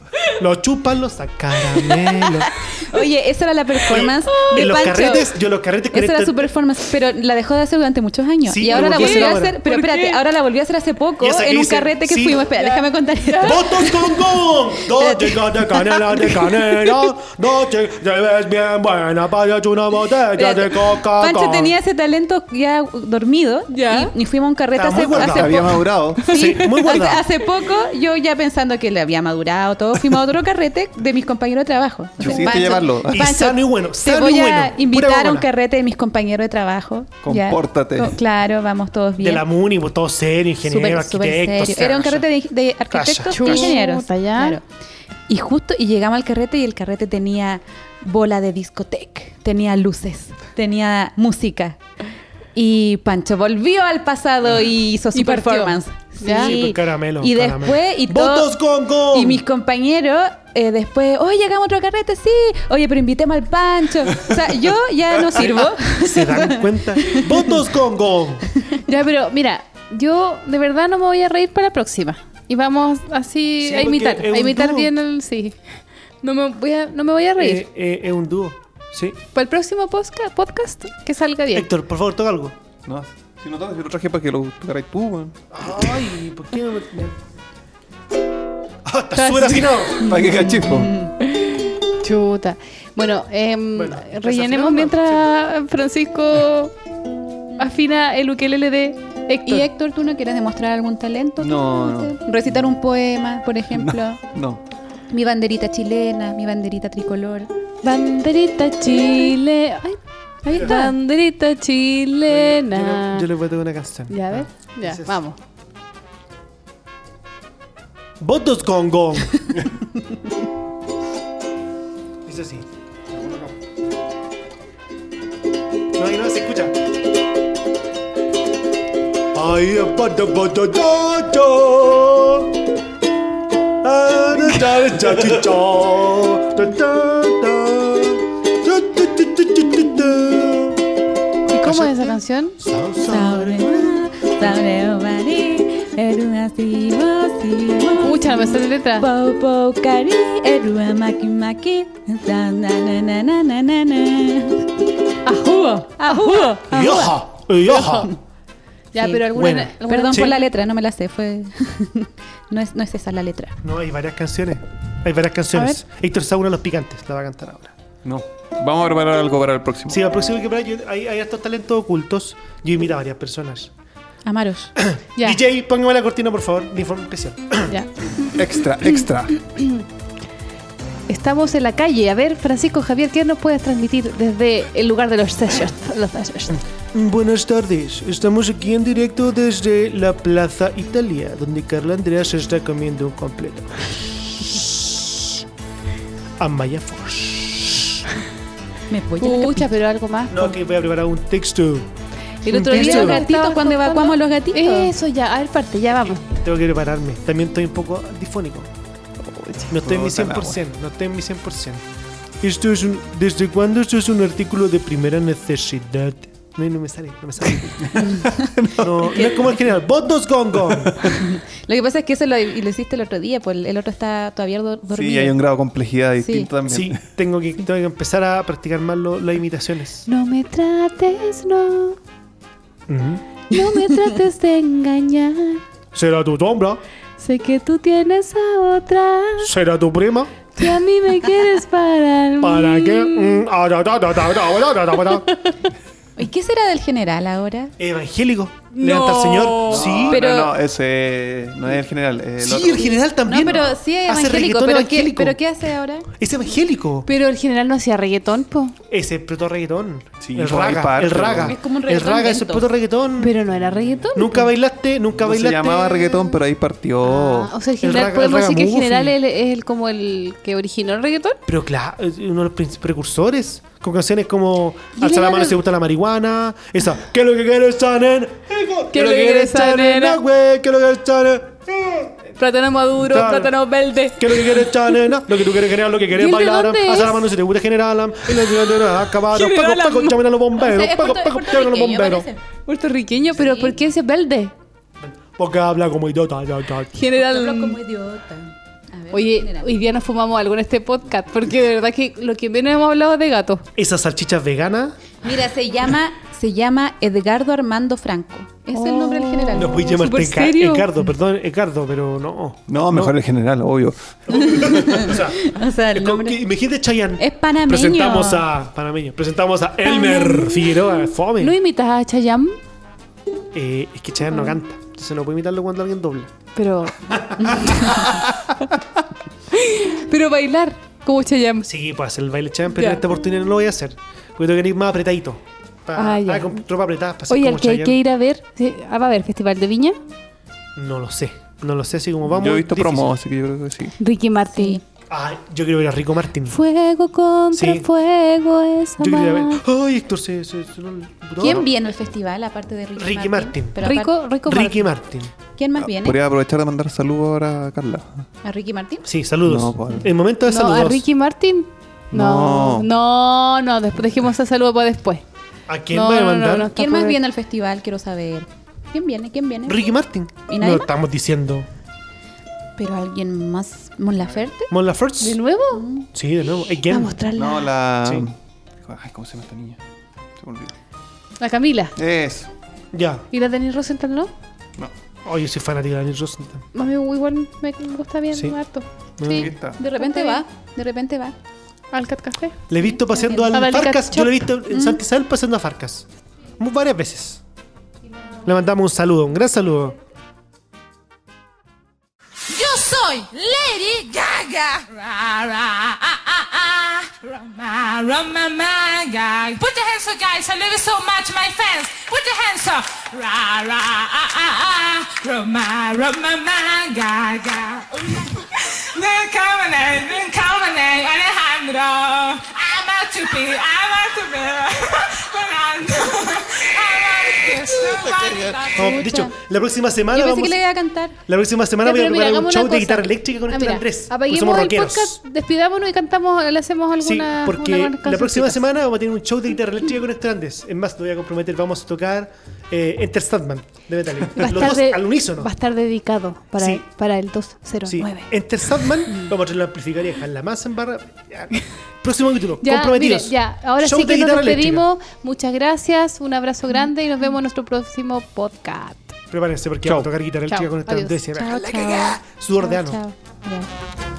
Speaker 3: Los chupan los caramelos.
Speaker 5: Oye, esa era la performance de
Speaker 3: en los
Speaker 5: Pancho.
Speaker 3: carretes, yo en los carretes
Speaker 5: Esa era
Speaker 3: quería-
Speaker 5: su performance, pero la dejó de hacer durante muchos años.
Speaker 3: Sí,
Speaker 5: y ahora
Speaker 3: lo
Speaker 5: la
Speaker 3: volvió a
Speaker 5: volvió a
Speaker 3: hacer
Speaker 5: hacer, pero
Speaker 2: ¿Por
Speaker 5: espérate,
Speaker 2: qué?
Speaker 5: ahora la volvió a hacer hace poco
Speaker 3: Y esa que
Speaker 5: en un
Speaker 3: dice,
Speaker 5: carrete que
Speaker 3: sí.
Speaker 5: fuimos. Espera, déjame contar esto.
Speaker 3: ¡Votos con gong! Dos chicas de canela, de canela. Dos chicas, te ves bien buena, parece una botella de
Speaker 5: Espérate.
Speaker 3: coca
Speaker 5: Pancho tenía ese talento ya dormido
Speaker 2: Ya.
Speaker 5: Y, y fuimos a un carrete
Speaker 3: Estaba
Speaker 5: hace,
Speaker 3: muy guardado.
Speaker 5: hace
Speaker 4: Había
Speaker 5: poco.
Speaker 4: madurado.
Speaker 3: Sí, muy
Speaker 5: hace,
Speaker 3: guardado.
Speaker 5: hace poco yo ya pensando que le había madurado todo, fuimos a otro carrete de mis compañeros de trabajo.
Speaker 4: Decidiste llevarlo.
Speaker 3: Y sano y bueno,
Speaker 5: Te
Speaker 3: sano
Speaker 5: voy
Speaker 3: y
Speaker 5: a
Speaker 3: bueno, pura
Speaker 5: invitar a un
Speaker 3: bola.
Speaker 5: carrete de mis compañeros de trabajo. Ya.
Speaker 4: Compórtate.
Speaker 5: Co- Claro, vamos todos bien.
Speaker 3: De la MUNI, pues, todo serio, ingeniero,
Speaker 5: Súper- súper
Speaker 3: arquitecto.
Speaker 5: serio. Era un carrete de, de arquitectos
Speaker 3: Calla,
Speaker 5: y
Speaker 3: calla.
Speaker 5: ingenieros.
Speaker 2: Chuta, ya.
Speaker 5: Claro. Y justo, y llegamos al carrete y el carrete tenía bola de discoteca, tenía luces, tenía música. Y Pancho volvió al pasado y hizo su
Speaker 2: Y partió.
Speaker 5: performance.
Speaker 2: Ya.
Speaker 3: Sí, pues, caramelo,
Speaker 5: Y
Speaker 3: caramelo.
Speaker 5: después, y todo-
Speaker 3: ¡Votos con gong!
Speaker 5: Y mis compañeros eh, después, oye, hagamos otro carrete, sí. Oye, pero invitemos al Pancho. O sea, yo ya no sirvo.
Speaker 3: ¿Se dan cuenta? ¡Votos con gong!
Speaker 2: Ya, pero mira, yo de verdad no me voy a reír para la próxima. Y vamos así
Speaker 3: Sí,
Speaker 2: a
Speaker 3: porque
Speaker 2: imitar,
Speaker 3: es un
Speaker 2: a imitar
Speaker 3: dúo.
Speaker 2: bien el sí. No me voy a, no me voy a
Speaker 5: Pues.
Speaker 2: reír.
Speaker 3: Eh, eh, es un dúo, ¿sí?
Speaker 2: para el próximo posca- podcast que salga bien.
Speaker 3: Héctor, por favor, toca algo.
Speaker 4: No, si no toques, yo lo traje para que lo tocaras tú, weón.
Speaker 3: Ay, ¿por qué no me... ¡Ah, está súper afinado!
Speaker 4: Para que cachispo.
Speaker 2: Chuta. Bueno, em,
Speaker 3: Bueno,
Speaker 2: rellenemos
Speaker 3: desafinamos,
Speaker 2: mientras Francisco afina el ukelele de Héctor.
Speaker 5: Y Héctor, ¿tú no quieres demostrar algún talento? ¿Tú
Speaker 4: No,
Speaker 5: Recitar un poema, por ejemplo.
Speaker 4: No.
Speaker 5: Mi banderita chilena, mi banderita tricolor.
Speaker 2: Banderita Chile. Ay, ahí está. Banderita chilena.
Speaker 3: Yo le voy a tocar una canción. ¿Ah?
Speaker 2: Ya ves. Ya,
Speaker 3: Entonces-
Speaker 2: vamos.
Speaker 3: ¡Votos con gong! es así. No hay nada, se escucha. Ay, pata, pata, ta, ta. Ah, da, da, da, cha, chi, cha. Ta, ta, ta. Ta, ta, ta, ta, ta, ta, ta.
Speaker 2: ¿Y cómo es esa canción?
Speaker 3: Sao, sao.
Speaker 5: er Escucha.
Speaker 2: Escucha, no me sale letra.
Speaker 5: Pou, pou, cari, erua, maki, maki, na, na, na, na, na, na, na, na. Ajúo, ajúo, ajúo.
Speaker 3: Yoja, yoja.
Speaker 2: Ya,
Speaker 5: Sí.
Speaker 2: pero alguna.
Speaker 3: Bueno.
Speaker 2: alguna-
Speaker 5: Perdón
Speaker 3: Sí.
Speaker 5: por la letra, no me la sé, fue... no, es, no es esa la letra.
Speaker 3: No, hay varias canciones. Hay varias canciones. Héctor Saura Los Picantes la va a cantar ahora.
Speaker 4: No. Vamos a preparar algo para el próximo.
Speaker 3: Sí, la próxima que para yo, hay, hay estos talentos ocultos. Yo invito a varias personas.
Speaker 5: Amaros.
Speaker 2: Ya,
Speaker 3: DJ, póngame la cortina, por favor, de informe especial.
Speaker 2: ya.
Speaker 4: Extra, extra.
Speaker 2: Estamos en la calle. A ver, Francisco Javier, ¿qué nos puedes transmitir desde el lugar de los sessions? Los sessions.
Speaker 3: Buenas tardes, estamos aquí en directo desde la Plaza Italia, donde Carla Andrea se está comiendo un completo. Amaya Force.
Speaker 5: Me voy a la
Speaker 2: Pucha, pero algo más.
Speaker 3: No, que voy a preparar un texto.
Speaker 5: El otro
Speaker 3: Entiendo.
Speaker 5: día los gatitos,
Speaker 2: Estabas
Speaker 5: cuando
Speaker 2: contando.
Speaker 5: evacuamos los gatitos.
Speaker 2: Eso ya, a ver, parte, ya vamos.
Speaker 3: Tengo que prepararme. También estoy un poco difónico. No estoy en mi
Speaker 4: Puta la
Speaker 3: 100%, no estoy en mi 100%. Esto es un, ¿Desde cuándo esto es un artículo de primera necesidad? No, no me sale, no me sale. no, no es como el general. ¡Votos con gong!
Speaker 5: Lo que pasa es que eso lo, y lo hiciste el otro día, pues el otro está todavía do- dormido.
Speaker 4: Sí, hay un grado de complejidad distinto
Speaker 5: Sí.
Speaker 4: también.
Speaker 3: Sí, tengo que, tengo que empezar a practicar más lo- las imitaciones.
Speaker 2: No me trates, no.
Speaker 3: Ujú.
Speaker 2: No me trates de engañar.
Speaker 3: ¿Será tu sombra?
Speaker 2: Sé que tú tienes a otra.
Speaker 3: ¿Será tu prima?
Speaker 2: Y a mí me quieres parar.
Speaker 3: ¿Para qué? Mm, ah, da, da, da, da, da, da, da, da, da.
Speaker 5: ¿Y qué será del general ahora?
Speaker 3: Evangélico. Levanta al Señor. Sí.
Speaker 5: Pero-
Speaker 4: No, no, ese no es el general. es el
Speaker 3: sí,
Speaker 4: otro.
Speaker 3: el general también.
Speaker 5: No, pero sí es
Speaker 3: Hace
Speaker 5: evangélico.
Speaker 3: reggaetón
Speaker 5: Pero,
Speaker 3: evangélico.
Speaker 5: ¿qué, ¿Pero qué hace ahora?
Speaker 3: Es evangélico.
Speaker 2: Pero el general no hacía reggaetón, po.
Speaker 3: Ese proto reggaetón.
Speaker 4: Sí,
Speaker 3: el
Speaker 4: por ahí
Speaker 3: raga.
Speaker 4: parte,
Speaker 3: el raga.
Speaker 4: weón.
Speaker 5: Es como un
Speaker 3: el
Speaker 5: reggaetón
Speaker 3: raga es el
Speaker 5: lento.
Speaker 3: proto reggaetón.
Speaker 2: Pero no era reggaetón.
Speaker 3: Nunca bailaste, nunca
Speaker 4: No se
Speaker 3: bailaste.
Speaker 4: llamaba reggaetón, pero ahí partió.
Speaker 2: Ah, o sea, el
Speaker 3: El
Speaker 2: general,
Speaker 3: raga-
Speaker 2: podemos
Speaker 3: el
Speaker 2: decir que el
Speaker 3: ragamuffin.
Speaker 2: general es, es el, como el que originó el reggaetón.
Speaker 3: Pero claro, es uno de los prin- precursores. Con canciones como
Speaker 2: Y
Speaker 3: Alza
Speaker 2: le
Speaker 3: la mano
Speaker 2: ganó-
Speaker 3: si te gusta la marihuana. Esa. ¿Qué es lo que quieres, Chanen?
Speaker 2: ¿Qué es lo que quieres, esa nena?
Speaker 3: Ah, güey? ¿Qué es lo que quieres, Chanen?
Speaker 2: Plátano maduro,
Speaker 3: Claro.
Speaker 2: plátano verde.
Speaker 3: ¿Qué es lo que quieres, Chanen? Ah, Lo que tú quieres generar, lo que
Speaker 2: ¿Y
Speaker 3: quieres
Speaker 2: el de
Speaker 3: bailar.
Speaker 2: dónde
Speaker 3: Alza la
Speaker 2: es?
Speaker 3: mano si te gusta general. ah, Y ah, lo que quieres acabar. Paco,
Speaker 2: Generalam.
Speaker 3: paco, llamen a los bomberos.
Speaker 5: es
Speaker 3: Paco,
Speaker 5: puerto-
Speaker 3: paco,
Speaker 5: es
Speaker 3: llamen a los
Speaker 5: puertorriqueño,
Speaker 3: bomberos.
Speaker 5: parece.
Speaker 2: Puertorriqueño, pero ¿por qué ese verde?
Speaker 3: Porque habla como idiota. ya, ya.
Speaker 5: Hablo como
Speaker 2: General.
Speaker 5: idiota. A ver,
Speaker 2: Oye,
Speaker 5: general.
Speaker 2: hoy día nos fumamos algo en este podcast, porque de verdad que lo que menos hemos hablado es de gato.
Speaker 3: Esas salchichas veganas.
Speaker 5: Mira, se llama, se llama Edgardo Armando Franco. Es el nombre del general.
Speaker 3: No voy a
Speaker 2: ¿súper
Speaker 3: llamarte Eca-
Speaker 2: serio?
Speaker 3: Ecardo, perdón, Ecardo, pero no.
Speaker 4: No, mejor el general, obvio.
Speaker 3: O sea,
Speaker 5: O sea, el
Speaker 3: Eh, con-
Speaker 5: nombre-
Speaker 3: que- Imagínate Chayanne.
Speaker 5: Es panameño.
Speaker 3: Presentamos a panameño. Presentamos a Elmer Figueroa. Fome.
Speaker 2: ¿No imitas a Chayam?
Speaker 3: Eh, es que Chayanne no canta. Entonces no puede imitarlo cuando alguien dobla.
Speaker 2: Pero. pero bailar como Chayam.
Speaker 3: Sí, puedo hacer el baile Chayanne, pero
Speaker 2: Ya.
Speaker 3: en esta oportunidad no lo voy a hacer. Porque tengo que ir más apretadito. Pa-
Speaker 2: Ah, ya.
Speaker 3: ah, con ropa apretada. Para ser
Speaker 2: Oye,
Speaker 3: como
Speaker 2: al que hay
Speaker 3: Chayanne.
Speaker 2: que ir a ver. sí, ah, va a haber Festival de Viña.
Speaker 3: No lo sé. No lo sé, así como vamos.
Speaker 4: yo he visto
Speaker 3: difícil.
Speaker 4: promo, así que yo creo que sí.
Speaker 2: Ricky Martin.
Speaker 3: Ah, yo quiero ver a Rico Martín. Yo
Speaker 2: Fuego contra
Speaker 3: Sí.
Speaker 2: fuego es
Speaker 3: quiero ir a ver.
Speaker 2: amar.
Speaker 3: Ay, Héctor, se. se- se- no-
Speaker 5: ¿Quién viene al festival aparte de Ricky,
Speaker 3: Ricky
Speaker 5: Martin?
Speaker 3: Martin.
Speaker 5: Pero
Speaker 2: Rico,
Speaker 5: aparte-
Speaker 2: rico.
Speaker 3: Ricky Martin.
Speaker 5: ¿Quién más
Speaker 4: Ah,
Speaker 5: viene?
Speaker 4: Podría aprovechar de mandar saludos ahora a Carla.
Speaker 5: ¿A Ricky Martin?
Speaker 3: Sí, saludos.
Speaker 4: No, por-
Speaker 3: El momento de
Speaker 2: Martin. No,
Speaker 3: saludos.
Speaker 2: a Ricky Martin. No, no, no, después dejemos ese saludo para después.
Speaker 3: ¿A quién
Speaker 2: No,
Speaker 3: va
Speaker 2: no,
Speaker 3: a
Speaker 2: no,
Speaker 3: mandar?
Speaker 2: no.
Speaker 5: ¿Quién
Speaker 2: Tampoco
Speaker 5: más
Speaker 2: es-
Speaker 5: viene al festival? Quiero saber. ¿Quién viene? ¿Quién viene?
Speaker 3: Ricky Martin.
Speaker 5: ¿Y
Speaker 3: No
Speaker 5: nadie más?
Speaker 3: estamos diciendo.
Speaker 5: ¿Pero alguien más? ¿Mon Laferte?
Speaker 3: Mon Laferte.
Speaker 2: ¿De nuevo?
Speaker 3: Sí, de nuevo.
Speaker 2: Va a
Speaker 3: Again.
Speaker 2: mostrarla.
Speaker 4: No, la.
Speaker 3: Sí.
Speaker 4: Ay, ¿cómo se llama esta niña? Se me olvidó.
Speaker 2: La Camila.
Speaker 4: Eso.
Speaker 3: Ya.
Speaker 2: ¿Y la Denis Rosenthal no?
Speaker 3: Oye, soy fanática de Daniel Rosenthal.
Speaker 2: Mami, igual me gusta bien,
Speaker 3: Sí.
Speaker 2: harto.
Speaker 4: Aquí
Speaker 2: Sí,
Speaker 4: está.
Speaker 5: De repente va. De repente va.
Speaker 2: al Cat Café.
Speaker 3: Le he visto paseando
Speaker 2: A
Speaker 3: a
Speaker 2: Dalicat
Speaker 3: Farcas. Yo
Speaker 2: Chop.
Speaker 3: le he visto en Santa Isabel paseando a Farcas. Mu- Varias veces. Le mandamos un saludo, un gran saludo.
Speaker 8: Yo soy Lady Gaga. Ra, ra, ah, ah, ah. Ra, ma, ra, ma, ma, ga. Put your hands up, guys. I love you so much, my fans. Put your hands up. Ra, ra, ah, ah, ah. Ra, ma, ra, ma, ma, ga, ga. 내 가만해, 내 가만해, 안에 함으로. I'm out to be, I'm out to be. But I'm I'm
Speaker 2: Ah,
Speaker 8: out to be.
Speaker 3: No, de hecho, la próxima semana
Speaker 5: Yo pensé
Speaker 3: vamos.
Speaker 5: que le iba a cantar.
Speaker 3: La próxima semana
Speaker 2: Ya,
Speaker 3: voy a
Speaker 2: pero mira,
Speaker 3: preparar un
Speaker 2: hagamos
Speaker 3: show
Speaker 2: una
Speaker 3: de
Speaker 2: cosa.
Speaker 3: guitarra eléctrica con
Speaker 2: Ah,
Speaker 3: el
Speaker 2: mira,
Speaker 3: Andrés. Porque somos
Speaker 2: Apaguemos el
Speaker 3: rockeros.
Speaker 2: podcast, despidámonos y cantamos, le hacemos
Speaker 3: Sí,
Speaker 2: alguna.
Speaker 3: porque
Speaker 2: una
Speaker 3: la próxima
Speaker 2: cancioncita.
Speaker 3: semana vamos a tener un show de guitarra eléctrica con Héctor Andrés. Es más, te voy a comprometer, vamos a tocar eh, Enter Sandman de Metallica.
Speaker 2: Va a
Speaker 3: Los
Speaker 2: estar
Speaker 3: dos
Speaker 2: de-
Speaker 3: al unísono.
Speaker 2: Va a estar dedicado para,
Speaker 3: Sí.
Speaker 2: para el
Speaker 3: Sí,
Speaker 2: 209.
Speaker 3: Enter
Speaker 2: Mm.
Speaker 3: Sandman, vamos a traer la amplificaría, dejarla más en barra. Ya. Próximo título,
Speaker 2: Ya,
Speaker 3: comprometidos.
Speaker 2: miren, ya, ahora
Speaker 3: Show
Speaker 2: sí
Speaker 3: de
Speaker 2: que nos
Speaker 3: guitarra
Speaker 2: despedimos. Muchas gracias, un abrazo grande y nos vemos en nuestro próximo podcast.
Speaker 3: Prepárense porque
Speaker 4: Chao.
Speaker 3: vamos a tocar guitarra eléctrica
Speaker 2: Chao,
Speaker 3: con esta
Speaker 2: adiós.
Speaker 3: Andrés.
Speaker 2: Chao, chao.
Speaker 3: Sudor de
Speaker 2: Chao,
Speaker 3: ano.
Speaker 2: chao.
Speaker 5: Ya.